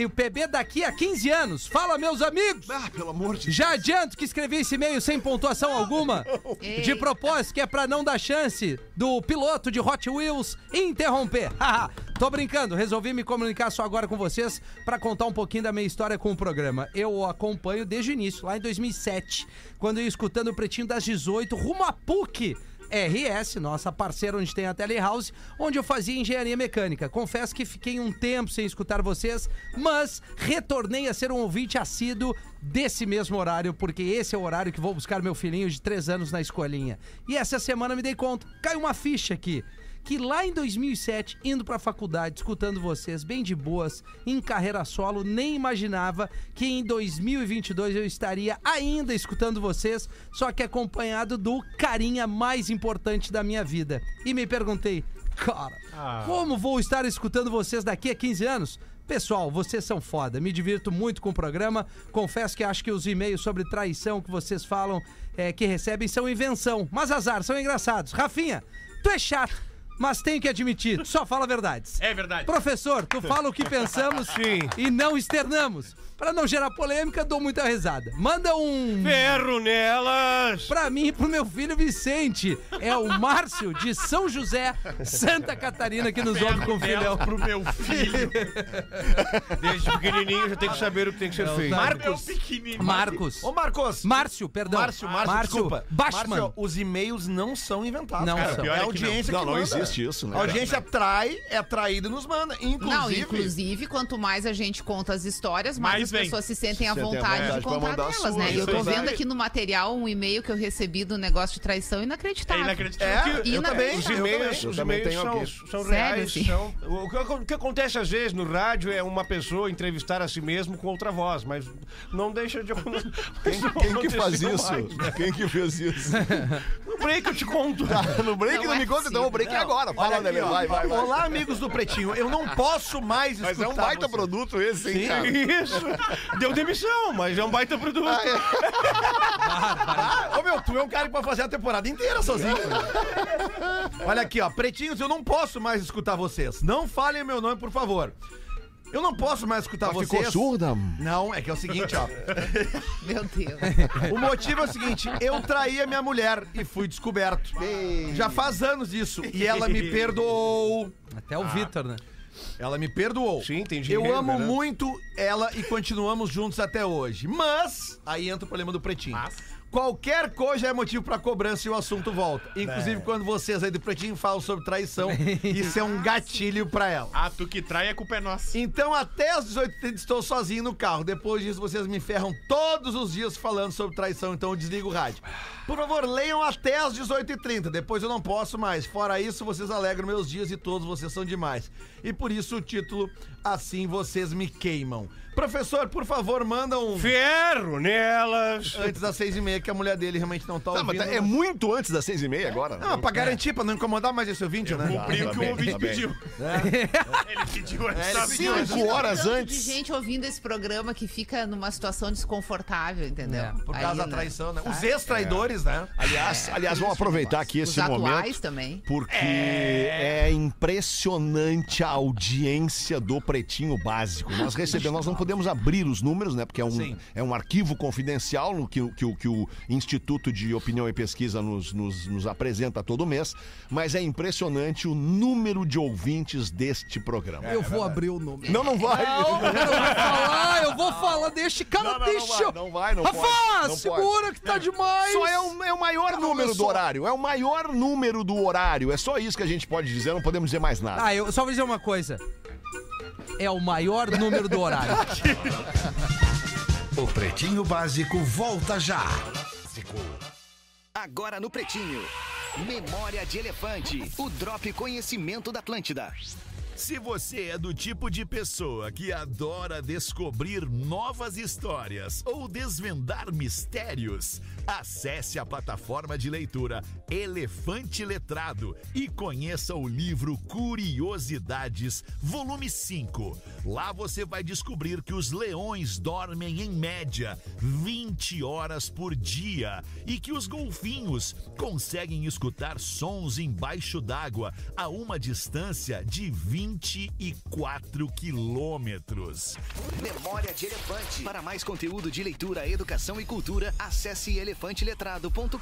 O PB daqui a 15 anos. Fala, meus amigos! Ah, pelo amor de Já adianto que escrevi esse e-mail sem pontuação alguma. De Eita. propósito, que é pra não dar chance do piloto de Hot Wheels interromper. Haha, Tô brincando, resolvi me comunicar só agora com vocês pra contar um pouquinho da minha história com o programa. Eu o acompanho desde o início, lá em 2007, quando eu ia escutando o Pretinho das 18 rumo a PUC. RS, nossa parceira onde tem a Telehouse, onde eu fazia engenharia mecânica. Confesso que fiquei um tempo sem escutar vocês, mas retornei a ser um ouvinte assíduo desse mesmo horário, porque esse é o horário que vou buscar meu filhinho de 3 anos na escolinha. E essa semana me dei conta, caiu uma ficha aqui. Que lá em 2007, indo pra faculdade, escutando vocês bem de boas, em carreira solo, nem imaginava que em 2022 eu estaria ainda escutando vocês, só que acompanhado do carinha mais importante da minha vida. E me perguntei, cara, como vou estar escutando vocês daqui a 15 anos? Pessoal, vocês são foda. Me divirto muito com o programa. Confesso que acho que os e-mails sobre traição que vocês falam, é, que recebem, são invenção. Mas azar, são engraçados. Rafinha, tu é chato, mas tenho que admitir, tu só fala verdades. É verdade. Professor, tu fala o que pensamos e não externamos. Pra não gerar polêmica, dou muita risada. Manda um Ferro nelas! pra mim e pro meu filho Vicente. É o Márcio de São José, Santa Catarina, que nos ouve com o filhão. Dela pro meu filho. Desde pequenininho já tem que saber o que tem que ser feito. Meu Marcos. pequenininho. Marcos. Ô, Marcos. Márcio, perdão. Márcio, Márcio, desculpa. Bachmann. é Márcio, os e-mails não são inventados. Não cara. são. Pior É é a que audiência que Não, não manda. existe isso, né? A audiência trai, é traída e nos manda. Inclusive, Não, inclusive, quanto mais a gente conta as histórias, mais, Mais as vem. pessoas se sentem à Sentem à vontade vontade de pra contar mandar a delas, sua, né? E eu isso tô aí. vendo aqui no material um e-mail que eu recebi do negócio de traição É inacreditável. inacreditável. é, E eu na- também. Os eu também. e-mails, os Eu também e-mails tenho são, aqui. são Sério, reais. sim. são- o, que, acon- o que acontece às vezes no rádio é uma pessoa entrevistar a si mesmo com outra voz, mas não deixa de. Quem, Quem que faz isso? Quem que fez isso? No break eu te conto. No break não, Não é me conta, possível. então o break é agora. Fala, Olha Lelê, aqui, ó. vai, vai, vai. Olá, amigos do Pretinho. Eu não posso mais escutar Mas é um baita vocês. produto esse, hein, cara? Isso. Deu demissão, mas é um baita produto. Ah, ô meu, tu é um cara que pode fazer a temporada inteira sozinho. Olha aqui, ó. Pretinhos, eu não posso mais escutar vocês. Não falem meu nome, por favor. Eu não posso mais escutar Mas vocês. ficou surda? Não, é que é o seguinte, ó. Meu Deus. O motivo é o seguinte: eu traí a minha mulher e fui descoberto. Já faz anos isso. E ela me perdoou. Até o Ah. Vitor, né? Ela me perdoou. Sim, tem dinheiro, Eu amo né? muito ela e continuamos juntos até hoje. Mas, aí entra o problema do pretinho. Mas? Qualquer coisa é motivo pra cobrança e o assunto volta. É. Inclusive quando vocês aí do Pretinho falam sobre traição, isso é um gatilho pra ela. Ah, tu que trai, a culpa é nossa. Então, até as 18h30 estou sozinho no carro. Depois disso, vocês me ferram todos os dias falando sobre traição, então eu desligo o rádio. Por favor, leiam até as 18h30. Depois eu não posso mais. Fora isso, vocês alegram meus dias e todos vocês são demais. E por isso o título, Assim Vocês Me Queimam. Professor, por favor, manda um Ferro nelas. antes das 6h30, que a mulher dele realmente não tá Tá, ouvindo. mas tá- é muito antes das seis e meia agora. Não, né? pra garantir, pra não incomodar mais esse ouvinte, né? Cumpri tá o que bem, o ouvinte tá bem. pediu. Ele pediu essa Cinco Imagina horas o tanto antes. De gente ouvindo esse programa que fica numa situação desconfortável, entendeu? É, Por Aí, causa da né? traição, né? Os ex-traidores, né? Aliás, aliás, é vamos aproveitar aqui Os esse atuais momento. também. Porque é... impressionante a audiência do Pretinho Básico. Nós recebemos, nós não podemos abrir os números, né? Porque é um, é um arquivo confidencial no que, o- que, o- que o Instituto de Opinião e Pesquisa nos, nos, nos apresenta todo mês. Mas é impressionante o número de ouvintes deste programa. Eu vou abrir o nome. Não, É, não vai. É. Não, eu vou falar, eu vou falar deste cara, Não, não, não deixa. vai, não vai, não Rafa, pode, não segura que tá demais. Só é o, é o maior número do horário. É o maior número do horário. É só isso que a gente pode dizer, não podemos dizer mais nada. Ah, eu só vou dizer uma coisa. É o maior número do horário. O Pretinho Básico volta já. Agora no Pretinho. Memória de Elefante. O Drop Conhecimento da Atlântida. Se você é do tipo de pessoa que adora descobrir novas histórias ou desvendar mistérios, acesse a plataforma de leitura Elefante Letrado e conheça o livro Curiosidades, volume 5. Lá você vai descobrir que os leões dormem em média 20 horas por dia e que os golfinhos conseguem escutar sons embaixo d'água a uma distância de 24 quilômetros. Memória de Elefante. Para mais conteúdo de leitura, educação e cultura, acesse elefanteletrado.com.br.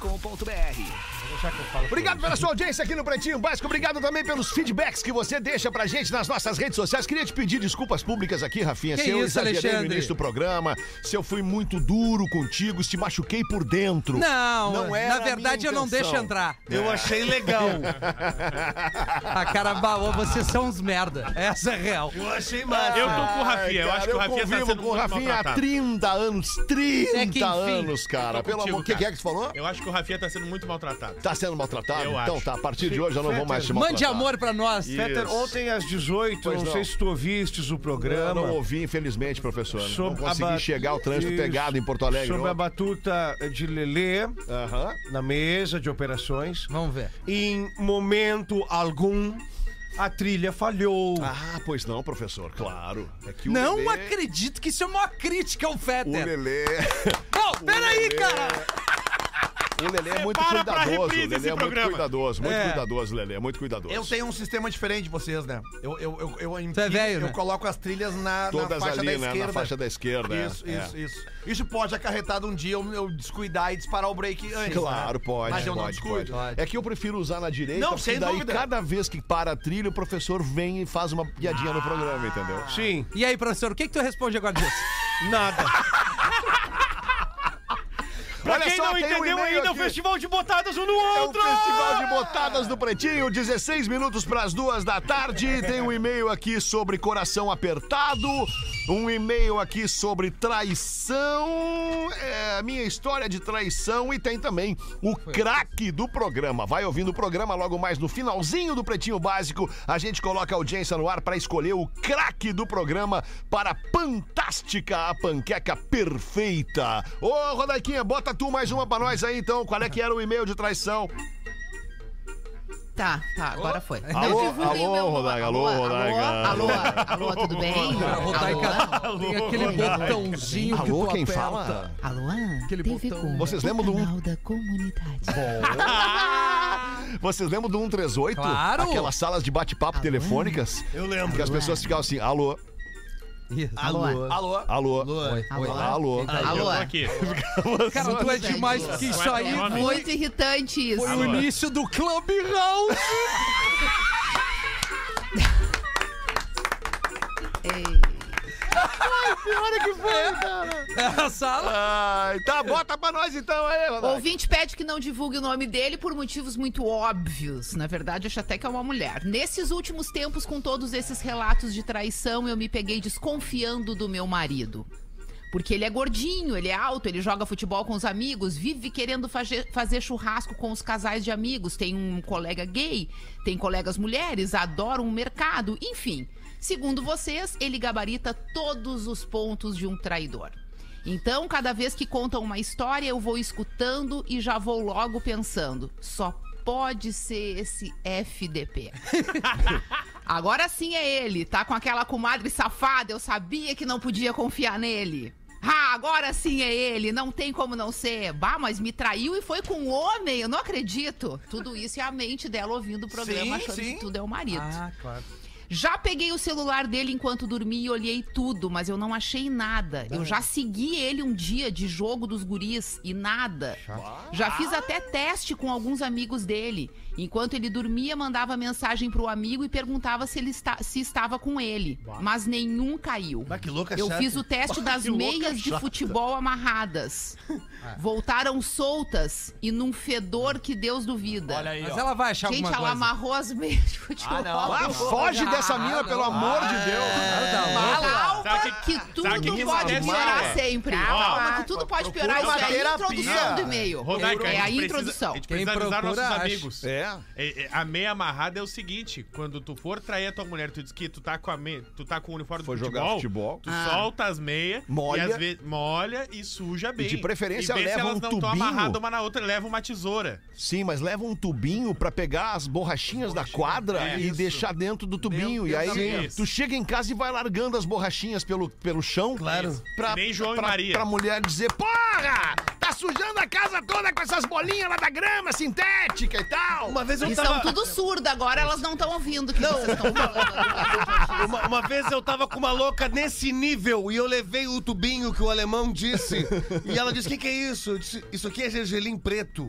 Obrigado pela sua audiência aqui no Pretinho Básico. Obrigado também pelos feedbacks que você deixa pra gente nas nossas redes sociais. Queria te pedir desculpas públicas aqui, Rafinha. Que se eu isso, exagerei no Alexandre? início do programa, se eu fui muito duro contigo, se te machuquei por dentro. Não, na era a é minha verdade eu não intenção. deixo entrar. Eu achei legal. Ah, cara, baú, vocês são uns merda. Essa é real. Eu achei massa. Eu tô com o Rafinha, eu Cara, acho que o Rafinha tá convivo sendo com o muito Rafinha há maltratado. 30 anos. 30 É que enfim, anos, cara. eu tô Pelo contigo, amor. O que, cara. que é que você falou? Eu acho que o Rafinha tá sendo muito maltratado. Tá sendo maltratado? Eu então acho. tá, a partir de hoje eu não vou mais te maltratar. Mande amor pra nós. Peter, ontem às 18, Pois não, não. sei se tu ouvistes o Eu programa. não ouvi, infelizmente, professor. sobre não a consegui ba- chegar o trânsito Isso. pegado em Porto Alegre. Sobre a ontem. batuta de Lelê Aham. na mesa de operações. Vamos ver. Em momento algum, a trilha falhou. Ah, pois não, professor, claro. É que o Não Lelê- acredito que isso é uma crítica ao O Fetter. Lelê. Não, peraí, cara. O Lelê é muito Separa pra cuidadoso. O reprise Lelê esse é muito programa. cuidadoso, muito É. cuidadoso, Lelê. É muito cuidadoso. Eu tenho um sistema diferente de vocês, né? Eu, eu, eu, eu, Tu é velho, eu né? coloco as trilhas na, na Todas faixa da ali, né? esquerda. Na faixa da esquerda. é. Isso, É. isso, isso. Isso pode acarretar de um dia eu, eu descuidar e disparar o break antes. Claro, né? pode. Mas eu não pode, descuido. pode. É que eu prefiro usar na direita, Não, porque sem daí dúvida. cada vez que para a trilha, o professor vem e faz uma piadinha no programa, entendeu? Sim, E aí, professor, o que, que tu responde agora disso? nada. pra Olha quem só, não tem um entendeu e-mail ainda, é o aqui. festival de botadas um no É o outro! Festival de Botadas do Pretinho, 16 minutos para as duas da tarde. Tem um e-mail aqui sobre coração apertado, um e-mail aqui sobre traição, é, minha história de traição e tem também o craque do programa. Vai ouvindo o programa logo mais no finalzinho do Pretinho Básico. A gente coloca a audiência no ar para escolher o craque do programa para a Fantástica, a panqueca perfeita. Ô, Rodaquinha, bota tu mais uma pra nós aí então. Qual é que era o e-mail de traição? Tá, tá, agora foi. Alô, divulguem o alô, meu- Rodaica, alô, Rodaica. Alô, alô, alô, tudo bem? Rodaica, tem aquele botãozinho que Alô, tu quem aperta. fala? Alô, Aquele TV botão. Cumba, Vocês o lembram do um- canal da comunidade. Vocês lembram do 138? Claro. Aquelas salas de bate-papo telefônicas? Eu lembro. Que as pessoas ficavam assim, alô, Isso. Alô, Alô? alô, Oi, oi. alô. Eu tô alô. aqui. Cara, tu é demais, porque isso aí É muito irritante isso. foi o início do Clubhouse. Ei. pior é que foi, cara. A sala. Ai, tá, bota pra nós então aí, O Rodaica. ouvinte pede que não divulgue o nome dele por motivos muito óbvios. Na verdade, acho até que é uma mulher. Nesses últimos tempos, com todos esses relatos de traição, eu me peguei desconfiando do meu marido. Porque ele é gordinho, ele é alto, ele joga futebol com os amigos, vive querendo faze- fazer churrasco com os casais de amigos. Tem um colega gay, tem colegas mulheres, adora um mercado, enfim. Segundo vocês, ele gabarita todos os pontos de um traidor. Então, cada vez que contam uma história, eu vou escutando e já vou logo pensando. Só pode ser esse FDP. Agora sim é ele, tá com aquela comadre safada, eu sabia que não podia confiar nele. Ah, agora sim é ele, não tem como não ser. Bah, mas me traiu e foi com um homem, eu não acredito. Tudo isso é a mente dela ouvindo o programa, Sim, achando sim. que tudo é o marido. Ah, claro. Já peguei o celular dele enquanto dormi e olhei tudo, mas eu não achei nada. Eu já segui ele um dia de jogo dos guris e nada. Já fiz até teste com alguns amigos dele. Enquanto ele dormia, mandava mensagem pro amigo e perguntava se ele esta- se estava com ele, mas nenhum caiu. Bah, que louca é Eu chata. fiz o teste das louca é meias de chata. É. futebol amarradas. Voltaram soltas e num fedor que Deus duvida. Olha aí, Mas ó. ela vai achar Gente, alguma ela coisa. amarrou as meias de futebol. Ah, foge dessa mina, pelo amor de Deus. Ah, tá louco. Calma, Sabe que, tudo sabe o que que pode acontece? piorar É. sempre. Ó, Calma, que tudo pode piorar. Isso uma é a introdução terapia. do e-mail. é Rodaica, a gente precisa- introdução. A gente Quem precisa avisar procura, nossos acha. amigos. É. É, é, a meia amarrada é o seguinte: quando tu for trair a tua mulher, tu diz que tu tá com a meia, tu tá com o uniforme Foi do jogar futebol, futebol. tu Ah. solta as meias, Molha. e às vezes molha e suja bem. de preferência e vê leva se elas um não tubinho. amarradas uma na outra, leva uma tesoura. Sim, mas leva um tubinho pra pegar as borrachinhas da quadra é e isso. deixar dentro do tubinho. E Deus da aí minha. tu chega em casa e vai largando as borrachinhas pelo, pelo chão. Claro. Pra, Que nem João e pra, Maria. Pra mulher dizer, porra, tá sujando a casa toda com essas bolinhas lá da grama sintética e tal. Uma vez eu E tava. são tudo surdo agora, elas não estão ouvindo o que vocês estão falando. Uma, uma vez eu tava com uma louca nesse nível e eu levei o tubinho que o alemão disse. E ela disse: O que, que é isso? Eu disse: Isso aqui é gergelim preto.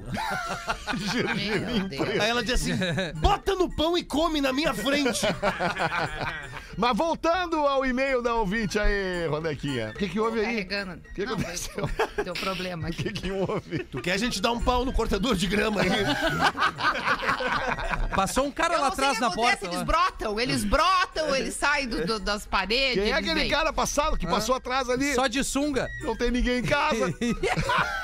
Meu Deus. Aí ela disse assim: Bota no pão e come na minha frente. Mas voltando ao e-mail da ouvinte aí, Rodequinha. O que, que houve aí? Carregando. que não, aconteceu? deu- deu problema O aqui. que, que houve? Tu quer a gente dar um pau no cortador de grama aí? Passou um cara Eu lá não sei o atrás que na acontece, porta. eles lá. brotam, eles brotam, eles saem do- do- das paredes. Quem é eles aquele vêm. cara passado que passou atrás ali? Só de sunga. Não tem ninguém em casa.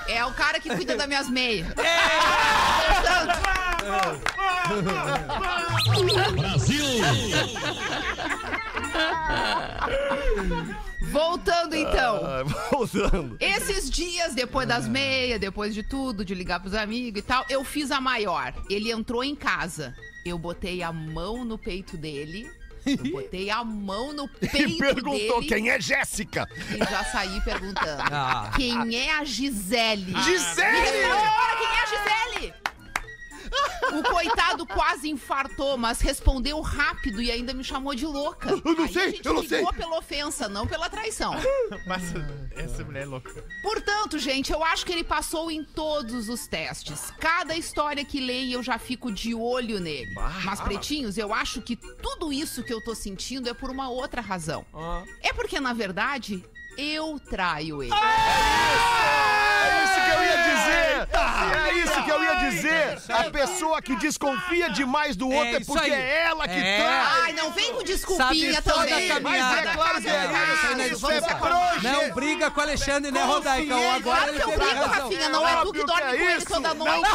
É o cara que cuida das minhas meias. É. Voltando então. Ah, É. Voltando. Esses dias, depois das meias, depois de tudo, de ligar pros amigos e tal, eu fiz a maior. Ele entrou em casa. Eu botei a mão no peito dele. Eu botei a mão no E peito perguntou dele quem é Jéssica. e já saí perguntando. Ah. Quem é a Gisele? Me responde Gisele! agora quem é a Gisele! O coitado quase infartou, mas respondeu rápido e ainda me chamou de louca. Eu não sei, a gente eu não brigou sei. pela ofensa, não pela traição. Mas essa mulher é louca. Portanto, gente, eu acho que ele passou em todos os testes. Cada história que leio, eu já fico de olho nele. Mas, pretinhos, eu acho que tudo isso que eu tô sentindo é por uma outra razão. Ah. É porque, na verdade, eu traio ele. É isso que eu ia dizer! É isso que eu ia dizer! A pessoa que desconfia demais do outro É é isso aí. porque é ela que É. traz! Ai, não vem com desculpinha Sabe toda também. a caminhada. Mas é claro que é isso, isso, isso vamos é lá. pro- Hoje Não briga com o Alexandre, né, Rodaica? Consciência. Agora Claro ele que eu teve brigo, razão. Rafinha, não é tu que Óbvio dorme que é com ele isso. toda Não noite.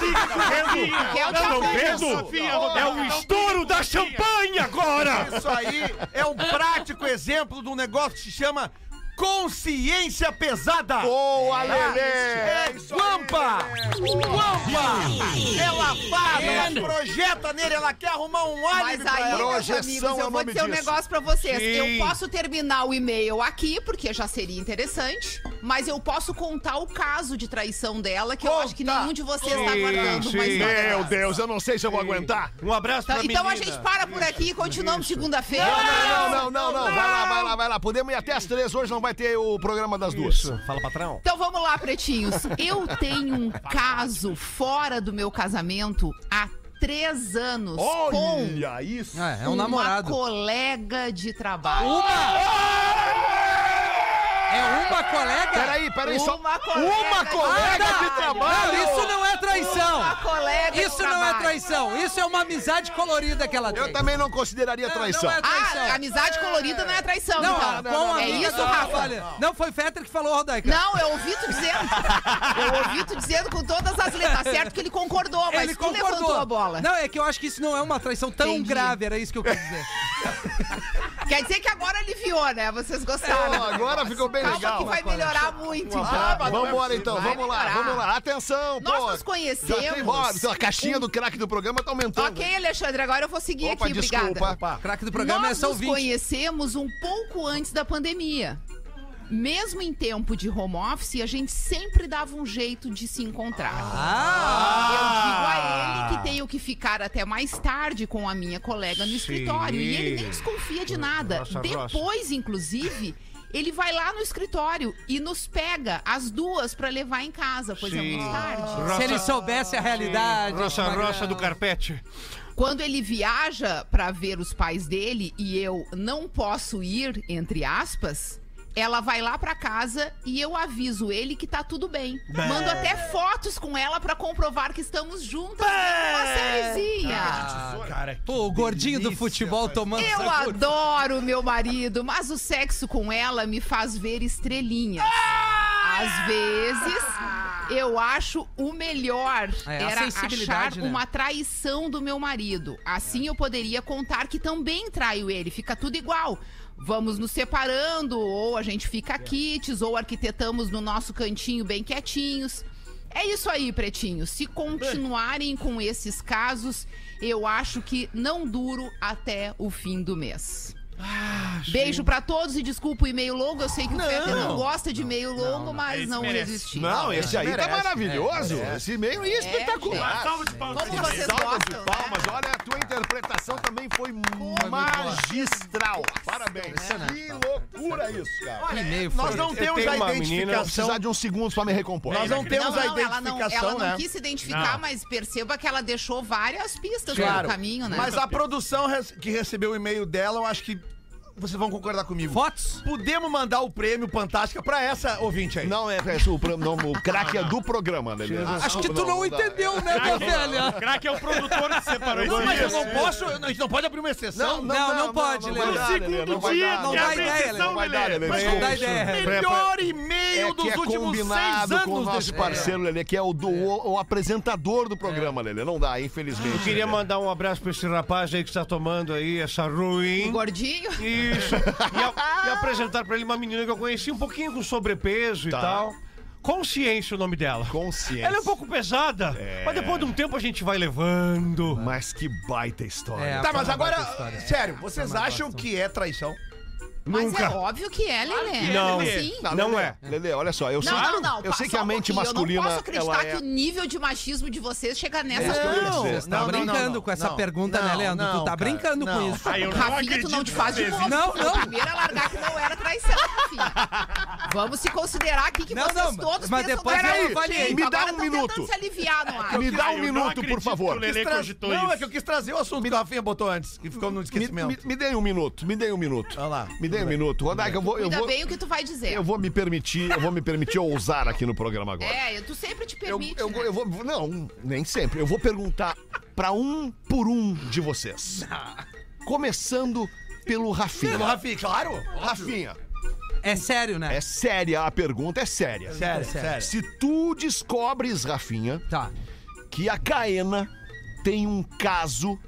Quer o te vendo? É um o estouro da champanhe agora! um Isso aí é um prático exemplo de um negócio que se chama consciência pesada. Boa, Lelê! É guampa! Guampa! Ela fala, ela projeta nele, ela quer arrumar um Mas álibi pra aí, ela. meus Projeção amigos, é o eu vou nome dizer um disso. negócio pra vocês. Sim. Eu posso terminar o e-mail aqui, porque já seria interessante, mas eu posso contar o caso de traição dela, que eu acho que nenhum de vocês tá guardando sim. uma história Meu dessa. Deus, eu não sei se eu vou aguentar! Um abraço pra Tá, menina. Então a gente para por aqui e continuamos segunda-feira. Não, não, não, não, vai lá, vai lá, vai lá. Podemos ir até as três, hoje não vai ter o programa das duas. Fala, patrão. Então vamos lá, pretinhos. Eu tenho um caso fora do meu casamento há três anos com Olha isso! É, é um uma namorado. colega de trabalho. Uma! É uma colega. Peraí, peraí, só. Uma colega uma de colega de Não, trabalho! isso não é traição. Uma colega Isso de não é trabalho. traição. Isso é uma amizade colorida que ela tem. Eu também não consideraria Não, traição. Não é traição. Ah, amizade colorida não é traição, Não, então. com um a é amiga isso, do Rafa? trabalho. Não, foi Fetter que falou, Rodaica. Não, eu ouvi tu dizendo. Eu ouvi tu dizendo com todas as letras. Tá certo que ele concordou, mas Ele tu concordou. levantou a bola. Não, é que eu acho que isso não é uma traição tão Entendi. grave, era isso que eu quis dizer. Quer dizer que agora aliviou, né? Vocês gostaram. Não, do agora negócio. ficou bem Calma legal. que vai melhorar muito. Ah, então. vamos embora então, Vai vamos lá, melhorar. vamos lá. tá, Atenção, Nós pô. nos Já tem voz, conhecemos. a caixinha do craque do programa tá aumentando. Ok, Alexandre, agora eu vou seguir Opa, aqui, desculpa. obrigada. O craque do programa Nós é só o nos 20. conhecemos um pouco antes da pandemia. Mesmo em tempo de home office, a gente sempre dava um jeito de se encontrar. Ah! Eu digo a ele que tenho que ficar até mais tarde com a minha colega no escritório. E ele nem desconfia de nada. Depois, inclusive. Ele vai lá no escritório e nos pega as duas pra levar em casa, pois é muito tarde. Se ele soubesse a realidade. Rocha Magrão. Rocha do Carpete. Quando ele viaja pra ver os pais dele e eu não posso ir, entre aspas, ela vai lá pra casa e eu aviso ele que tá tudo bem. Mando até fotos com ela pra comprovar que estamos juntas numa sériezinha. Ah, Pô, o gordinho do futebol tomando. Eu sacudo. adoro meu marido, mas o sexo com ela me faz ver estrelinhas. Às vezes, eu acho o melhor É, a era achar sensibilidade, né? uma traição do meu marido. Assim eu poderia contar que também traio ele, fica tudo igual. Vamos nos separando, ou a gente fica quites, ou arquitetamos no nosso cantinho bem quietinhos. É isso aí, Pretinho. Se continuarem com esses casos, eu acho que não duro até o fim do mês. Beijo pra todos e desculpa o e-mail longo. Eu sei que o Peter não gosta de e-mail longo, mas não resisti. Não, esse aí tá merece, né? maravilhoso. esse meio é gente. Ah, espetacular. Salva de palmas. Como vocês gostam, né? palmas. Olha, a tua interpretação também foi magistral. Parabéns. Que loucura isso, cara. Que é, e-mail Nós foi não esse? temos tenho a Eu uma menina- vou precisar identificação. de uns segundos pra me recompor. Nós não Não, temos a não, ela não, ela identificação, não né? quis se identificar, mas perceba que ela deixou várias pistas Claro. no caminho, né? Mas a produção res- que recebeu o e-mail dela, eu acho que vocês vão concordar comigo. Fotos? Podemos mandar o prêmio Fantástica pra essa ouvinte aí. Não é, é o, pro- não, o craque é do programa, né? Acho que tu não dá. entendeu, né, minha velha? Crack é o produtor que separou Não, mas eu isso. não posso, eu não- a gente não pode abrir uma exceção. Não, não pode, não Lelê. No vai dar, Lelê, segundo não vai dia dar, Não Lelê. dá ideia, Não Lelê. vai dar, Lelê. Mas não dá ideia. Melhor É e-mail que dos é últimos seis combinado anos com o nosso desse parceiro, Lelê, que é o, do, o, o apresentador do programa, Lelê. Não dá, infelizmente. Eu queria Lelê. mandar um abraço pra esse rapaz aí que está tomando aí essa O ruim. gordinho. Isso. E, a- e apresentar pra ele uma menina que eu conheci um pouquinho com sobrepeso Tá. e tal. Consciência o nome dela. Consciência. É. Ela é um pouco pesada, mas depois de um tempo a gente vai levando. Mas que baita história. É, Tá, mas Fala agora, dessa história. sério, vocês acham que é traição? Mas é Nunca. óbvio que é, Lelê. Não. Sim. Não Lelê, é. Lelê, olha só, eu sei, Não, não, não. eu sei pa- que só a um mente pouquinho. masculina. Eu não posso acreditar ela que é... o nível de machismo de vocês chega nessa Você tá não, não, brincando não, com essa não, pergunta, né, não, Leandro? tu não, tá cara, brincando com não. isso. Ah, eu não Rafinha, tu não te acredito faz de nesse- novo. Não, Tu foi não. o primeiro a largar que não era traição, Rafinha. Vamos se considerar aqui que Não, vocês não, todos mas pensam depois da eu gente. avaliei. Me dá Agora um tão minuto. tentando se aliviar no ar. Me dá Ah, um eu não minuto, acredito por favor. que o Lelê Tra- cogitou não, isso. é que eu quis trazer o assunto que o Rafinha botou antes, que ficou no Me, esquecimento. me- me dei um minuto, me dei um minuto. Olha lá. Me dei um minuto. Rodaica, eu vou, eu, Ainda vou, bem o que tu vai dizer. eu vou me permitir, eu vou me permitir ousar aqui no programa agora. É, tu sempre te Eu, permite. eu, né? vou- eu vou. Não, nem sempre. Eu vou perguntar pra um por um de vocês. Começando pelo Pelo Rafinha. Rafinha, claro. Rafinha, É sério, né? é séria a pergunta, é séria. Sério, sério. Se tu descobres, Rafinha, Tá. que a Caena tem um caso,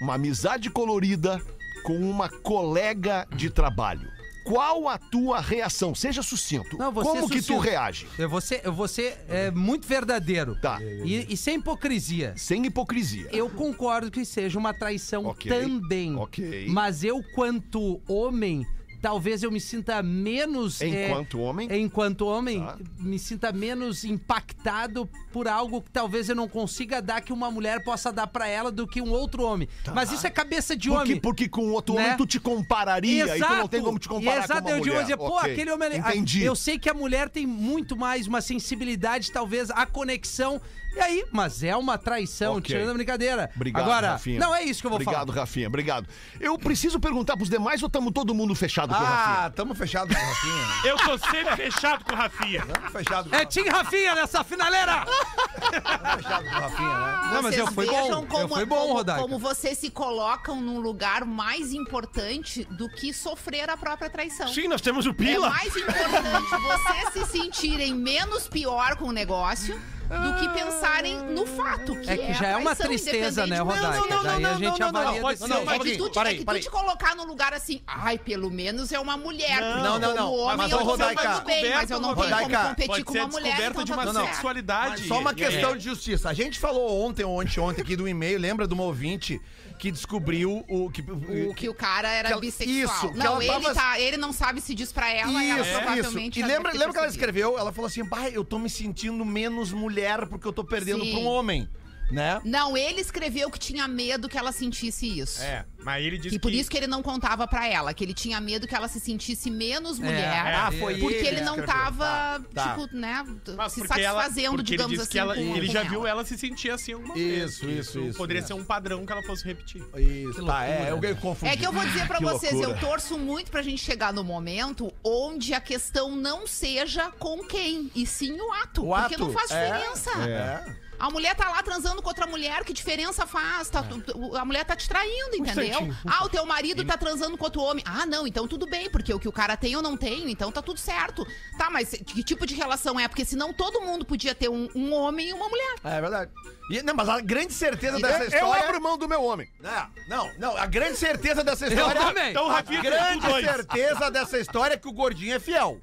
uma amizade colorida com uma colega de trabalho. Qual a tua reação? Seja sucinto. Não, você é Como que tu sucinto. reage? Eu vou ser, eu vou ser é, muito verdadeiro. Tá. E, e sem hipocrisia. Sem hipocrisia. Eu concordo que seja uma traição Ok, também. ok. Mas eu, quanto homem, talvez eu me sinta menos. é, Enquanto homem? Enquanto homem, Tá. me sinta menos impactado por algo que talvez eu não consiga dar que uma mulher possa dar pra ela do que um outro homem. Mas isso é cabeça de Tá. Porque, homem. porque com outro homem né? tu te compararia e tu não tem como te comparar Exato, com uma eu digo, mulher. dizer, pô, Ok, aquele homem ali. ah, Entendi. Eu sei que a mulher tem muito mais uma sensibilidade, talvez, a conexão. E aí, mas é uma traição, Ok. tirando a brincadeira. Obrigado, Agora, Rafinha. não é isso que eu vou Obrigado, falar. Rafinha. Obrigado. Eu preciso perguntar pros demais ou estamos todo mundo fechado com o Rafinha. Ah, tamo fechado com o Rafinha. Eu tô sempre fechado com o Rafinha. Tamo fechado com, É Tim Rafinha nessa finaleira! tamo fechado com o Rafinha, né? Não, mas Vocês eu fui bom, vejam eu Como, fui bom, como, Rodaica. como vocês se colocam num lugar mais importante do que sofrer a própria traição. Sim, nós temos o É Pila. mais importante vocês se sentirem menos pior com o negócio do que pensarem no fato. Que É que já a é uma traição, tristeza, né, independente- Rodaica? Não, não, não, Daí não, a gente não, não, avalia não, desse pode- não, jeito. é que, tu, Para é aí, que para tu te colocar num lugar assim, ai, pelo menos é uma mulher. porque Não, não, como não. Homem, Mas, eu ô, tô Rodaica, falando bem, mas eu não tenho Rodaica, como competir Pode com ser uma mulher. descoberto então de tá uma tudo certo. sexualidade. Só uma E- questão é. de justiça. A gente falou ontem, ontem, ontem aqui do e-mail, lembra de uma ouvinte que descobriu o que. O que o cara era Que ela- bissexual. isso, que não, ela ele, tava- tá, ele não sabe se diz pra ela, ela provavelmente. E já lembra, deve ter lembra que ela percebido. escreveu? Ela falou assim: bah, eu tô me sentindo menos mulher porque eu tô perdendo Sim. pra um homem. Né? Não, ele escreveu que tinha medo que ela sentisse isso. É, mas ele disse E por isso que ele não contava pra ela, que ele tinha medo que ela se sentisse menos mulher. Ah, É, foi Porque ele, que não escreveu. tava, Tá, tá. tipo, né, Mas se porque ela- satisfazendo, porque digamos ele disse assim. Que ela, com- ele com já viu ela se sentir assim alguma vez. Isso, isso, isso. Poderia isso. ser um padrão que ela fosse repetir. Isso, tá, é, eu eu confundi. É que eu vou dizer pra Que vocês, loucura. eu torço muito pra gente chegar no momento onde a questão não seja com quem, e sim o ato. O porque ato, não faz é, diferença. É. A mulher tá lá transando com outra mulher, que diferença faz? Tá- tu- A mulher tá te Um traindo, entendeu? ah, o teu marido tá transando com outro homem. Ah, não, então tudo bem, porque o que o cara tem eu não tenho, então tá tudo certo. Tá, mas que tipo de relação é? Porque senão todo mundo podia ter um, um homem e uma mulher. É verdade. E, não, mas a grande certeza E- dessa eu- história. mão do meu homem. Não, não, não. A grande certeza dessa história. também. Então, Rafinha, a grande certeza dessa história é que o gordinho é fiel.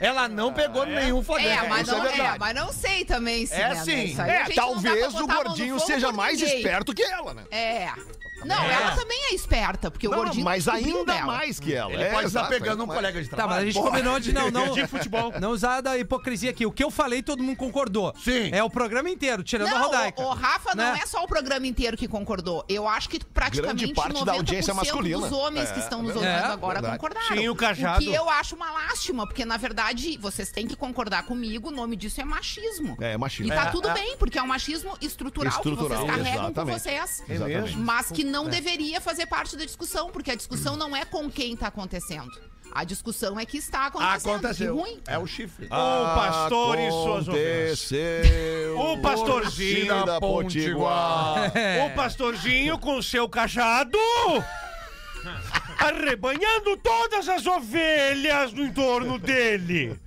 Ela não pegou nenhum É, fodendo. mas isso não é é, verdade. mas não sei também se É né, sim. isso aí a É, gente não dá pra talvez o botar a mão no gordinho fogo seja por mais ninguém. esperto que ela, né? É. Não, ela também é esperta, porque o Não, gordinho. mas descobriu ainda dela. mais que ela. Ele pode estar É, exato, pegando ainda um mais. colega de Tá, trabalho. mas a gente Porra. combinou de não, não. De futebol. Não usar da hipocrisia aqui. O que eu falei, todo mundo concordou. Sim. É o programa inteiro, tirando a Não, Rodaica. o, o Rafa não Né? é só o programa inteiro que concordou. Eu acho que praticamente Grande parte 90% da audiência é masculina. dos homens que estão nos ouvindo É, agora verdade. concordaram. Sim, o Cajado. que eu acho uma lástima, porque na verdade vocês têm que concordar comigo, o nome disso é machismo. É, é E machismo. tá tudo bem, porque é um machismo estrutural, Estrutural, que vocês carregam com exatamente. vocês. Exatamente. Mas que não deveria fazer parte da discussão, porque a discussão não é com quem tá acontecendo. A discussão é que está acontecendo. Aconteceu. Que ruim. É o Ah, chifre. O pastor e suas ovelhas. Ah, Aconteceu. O pastorzinho. da Potiguar. O pastorzinho com seu cajado. Arrebanhando todas as ovelhas no entorno dele.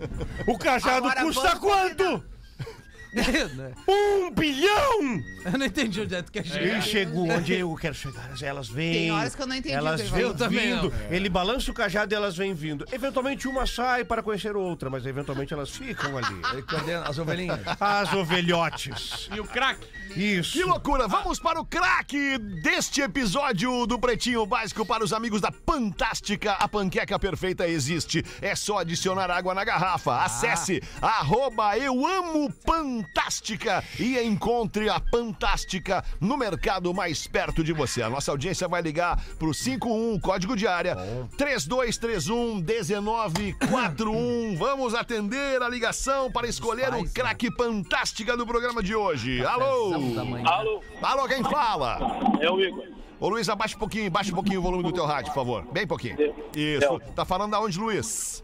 O cajado Agora custa vamos quanto? é assim. Um bilhão! eu não entendi onde é que quer chegar. Ele chegou onde eu quero chegar. Elas vêm. Tem horas que eu não entendi o Elas que ele vêm falou. Eu também vindo. É. Ele balança o cajado e elas vêm vindo. Eventualmente uma sai para conhecer outra, mas eventualmente elas ficam ali. Ele coordena as ovelhinhas. As ovelhotes. E o craque? Isso. Que loucura! Vamos para o craque deste episódio do Pretinho Básico para os amigos da Fantástica. A panqueca perfeita existe. É só adicionar água na garrafa. Acesse arroba Eu Amo Fantástica e encontre a Fantástica no mercado mais perto de você. A nossa audiência vai ligar para o 51, código de área, 3231 1941. Vamos atender a ligação para escolher o craque Fantástica do programa de hoje. Alô! Alô, Alô, quem fala? é o Igor. Ô Luiz, abaixa um pouquinho, baixa um pouquinho o volume do teu rádio, por favor. Bem pouquinho. Isso. Tá falando aonde, Luiz?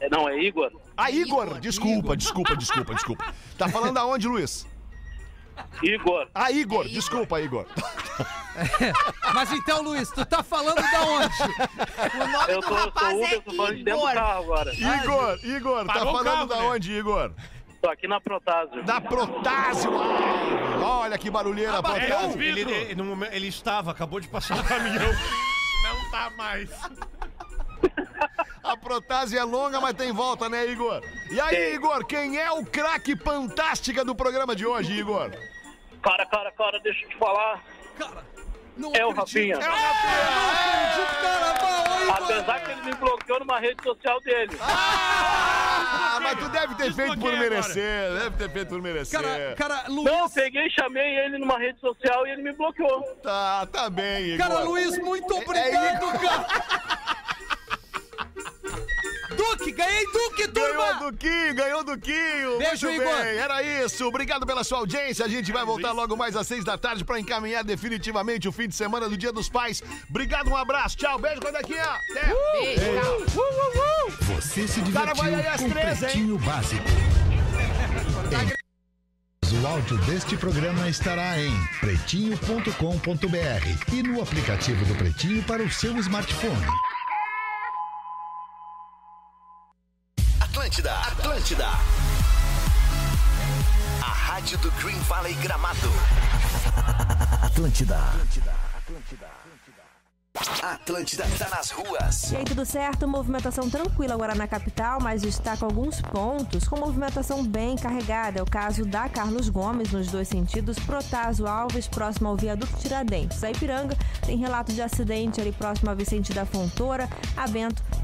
É, não, é Igor? Ah, Igor! Igor, Desculpa, desculpa, desculpa, desculpa. Tá falando aonde, Luiz? Igor. Ah, Igor! Desculpa, Igor. Mas então, Luiz, tu tá falando da onde? O nome Eu do tô, eu tô rapaz Uber, é eu tô falando de dentro do Igor. carro agora. Igor, Igor, tá Parou o falando carro, da né? onde, Igor? Tô aqui na Protásio. Da Protásio! Olha que Ah, barulheira, É, Protásio. ele, ele- no momento- ele estava, acabou de passar o caminhão. Não tá mais. A Protásio é longa, mas tem volta, né, Igor? E aí, Igor, quem é o craque fantástica do programa de hoje, Igor? Cara, cara, cara, deixa eu te falar. Cara, não É o acredito. Rafinha. É o Rafinha. Não acredito, cara. Vai, ô, Igor. Apesar que ele me bloqueou numa rede social dele. Ah, mas tu deve ter feito por Desbloqueia merecer, deve ter feito por merecer. Cara, cara, Luiz. Não, eu peguei, chamei ele numa rede social e ele me bloqueou. Tá, tá bem, Igor. É, Cara, Luiz, muito obrigado, cara. Do Duque, ganhei Duque, Ganhou turma! o Duquinho, ganhou o Duquinho. Beijo, Muito Igor. bem, era isso. Obrigado pela sua audiência. A gente vai voltar logo mais às seis da tarde para encaminhar definitivamente o fim de semana do Dia dos Pais. Obrigado, um abraço. Tchau, beijo, Codequinha. Até. Beijo, tchau. Você se Cara, divertiu vai aí às com três, hein? Pretinho Básico. Em... O áudio deste programa estará em pretinho.com.br e no aplicativo do Pretinho para o seu smartphone. Atlântida, Atlântida. A rádio do Green Valley Gramado. Atlântida. Atlântida tá nas ruas. E aí, tudo certo? Movimentação tranquila agora na capital, mas destaca alguns pontos com movimentação bem carregada. É o caso da Carlos Gomes, nos dois sentidos, Protásio Alves, próximo ao viaduto Tiradentes. A Ipiranga tem relato de acidente ali próximo a Vicente da Fontoura, a Bento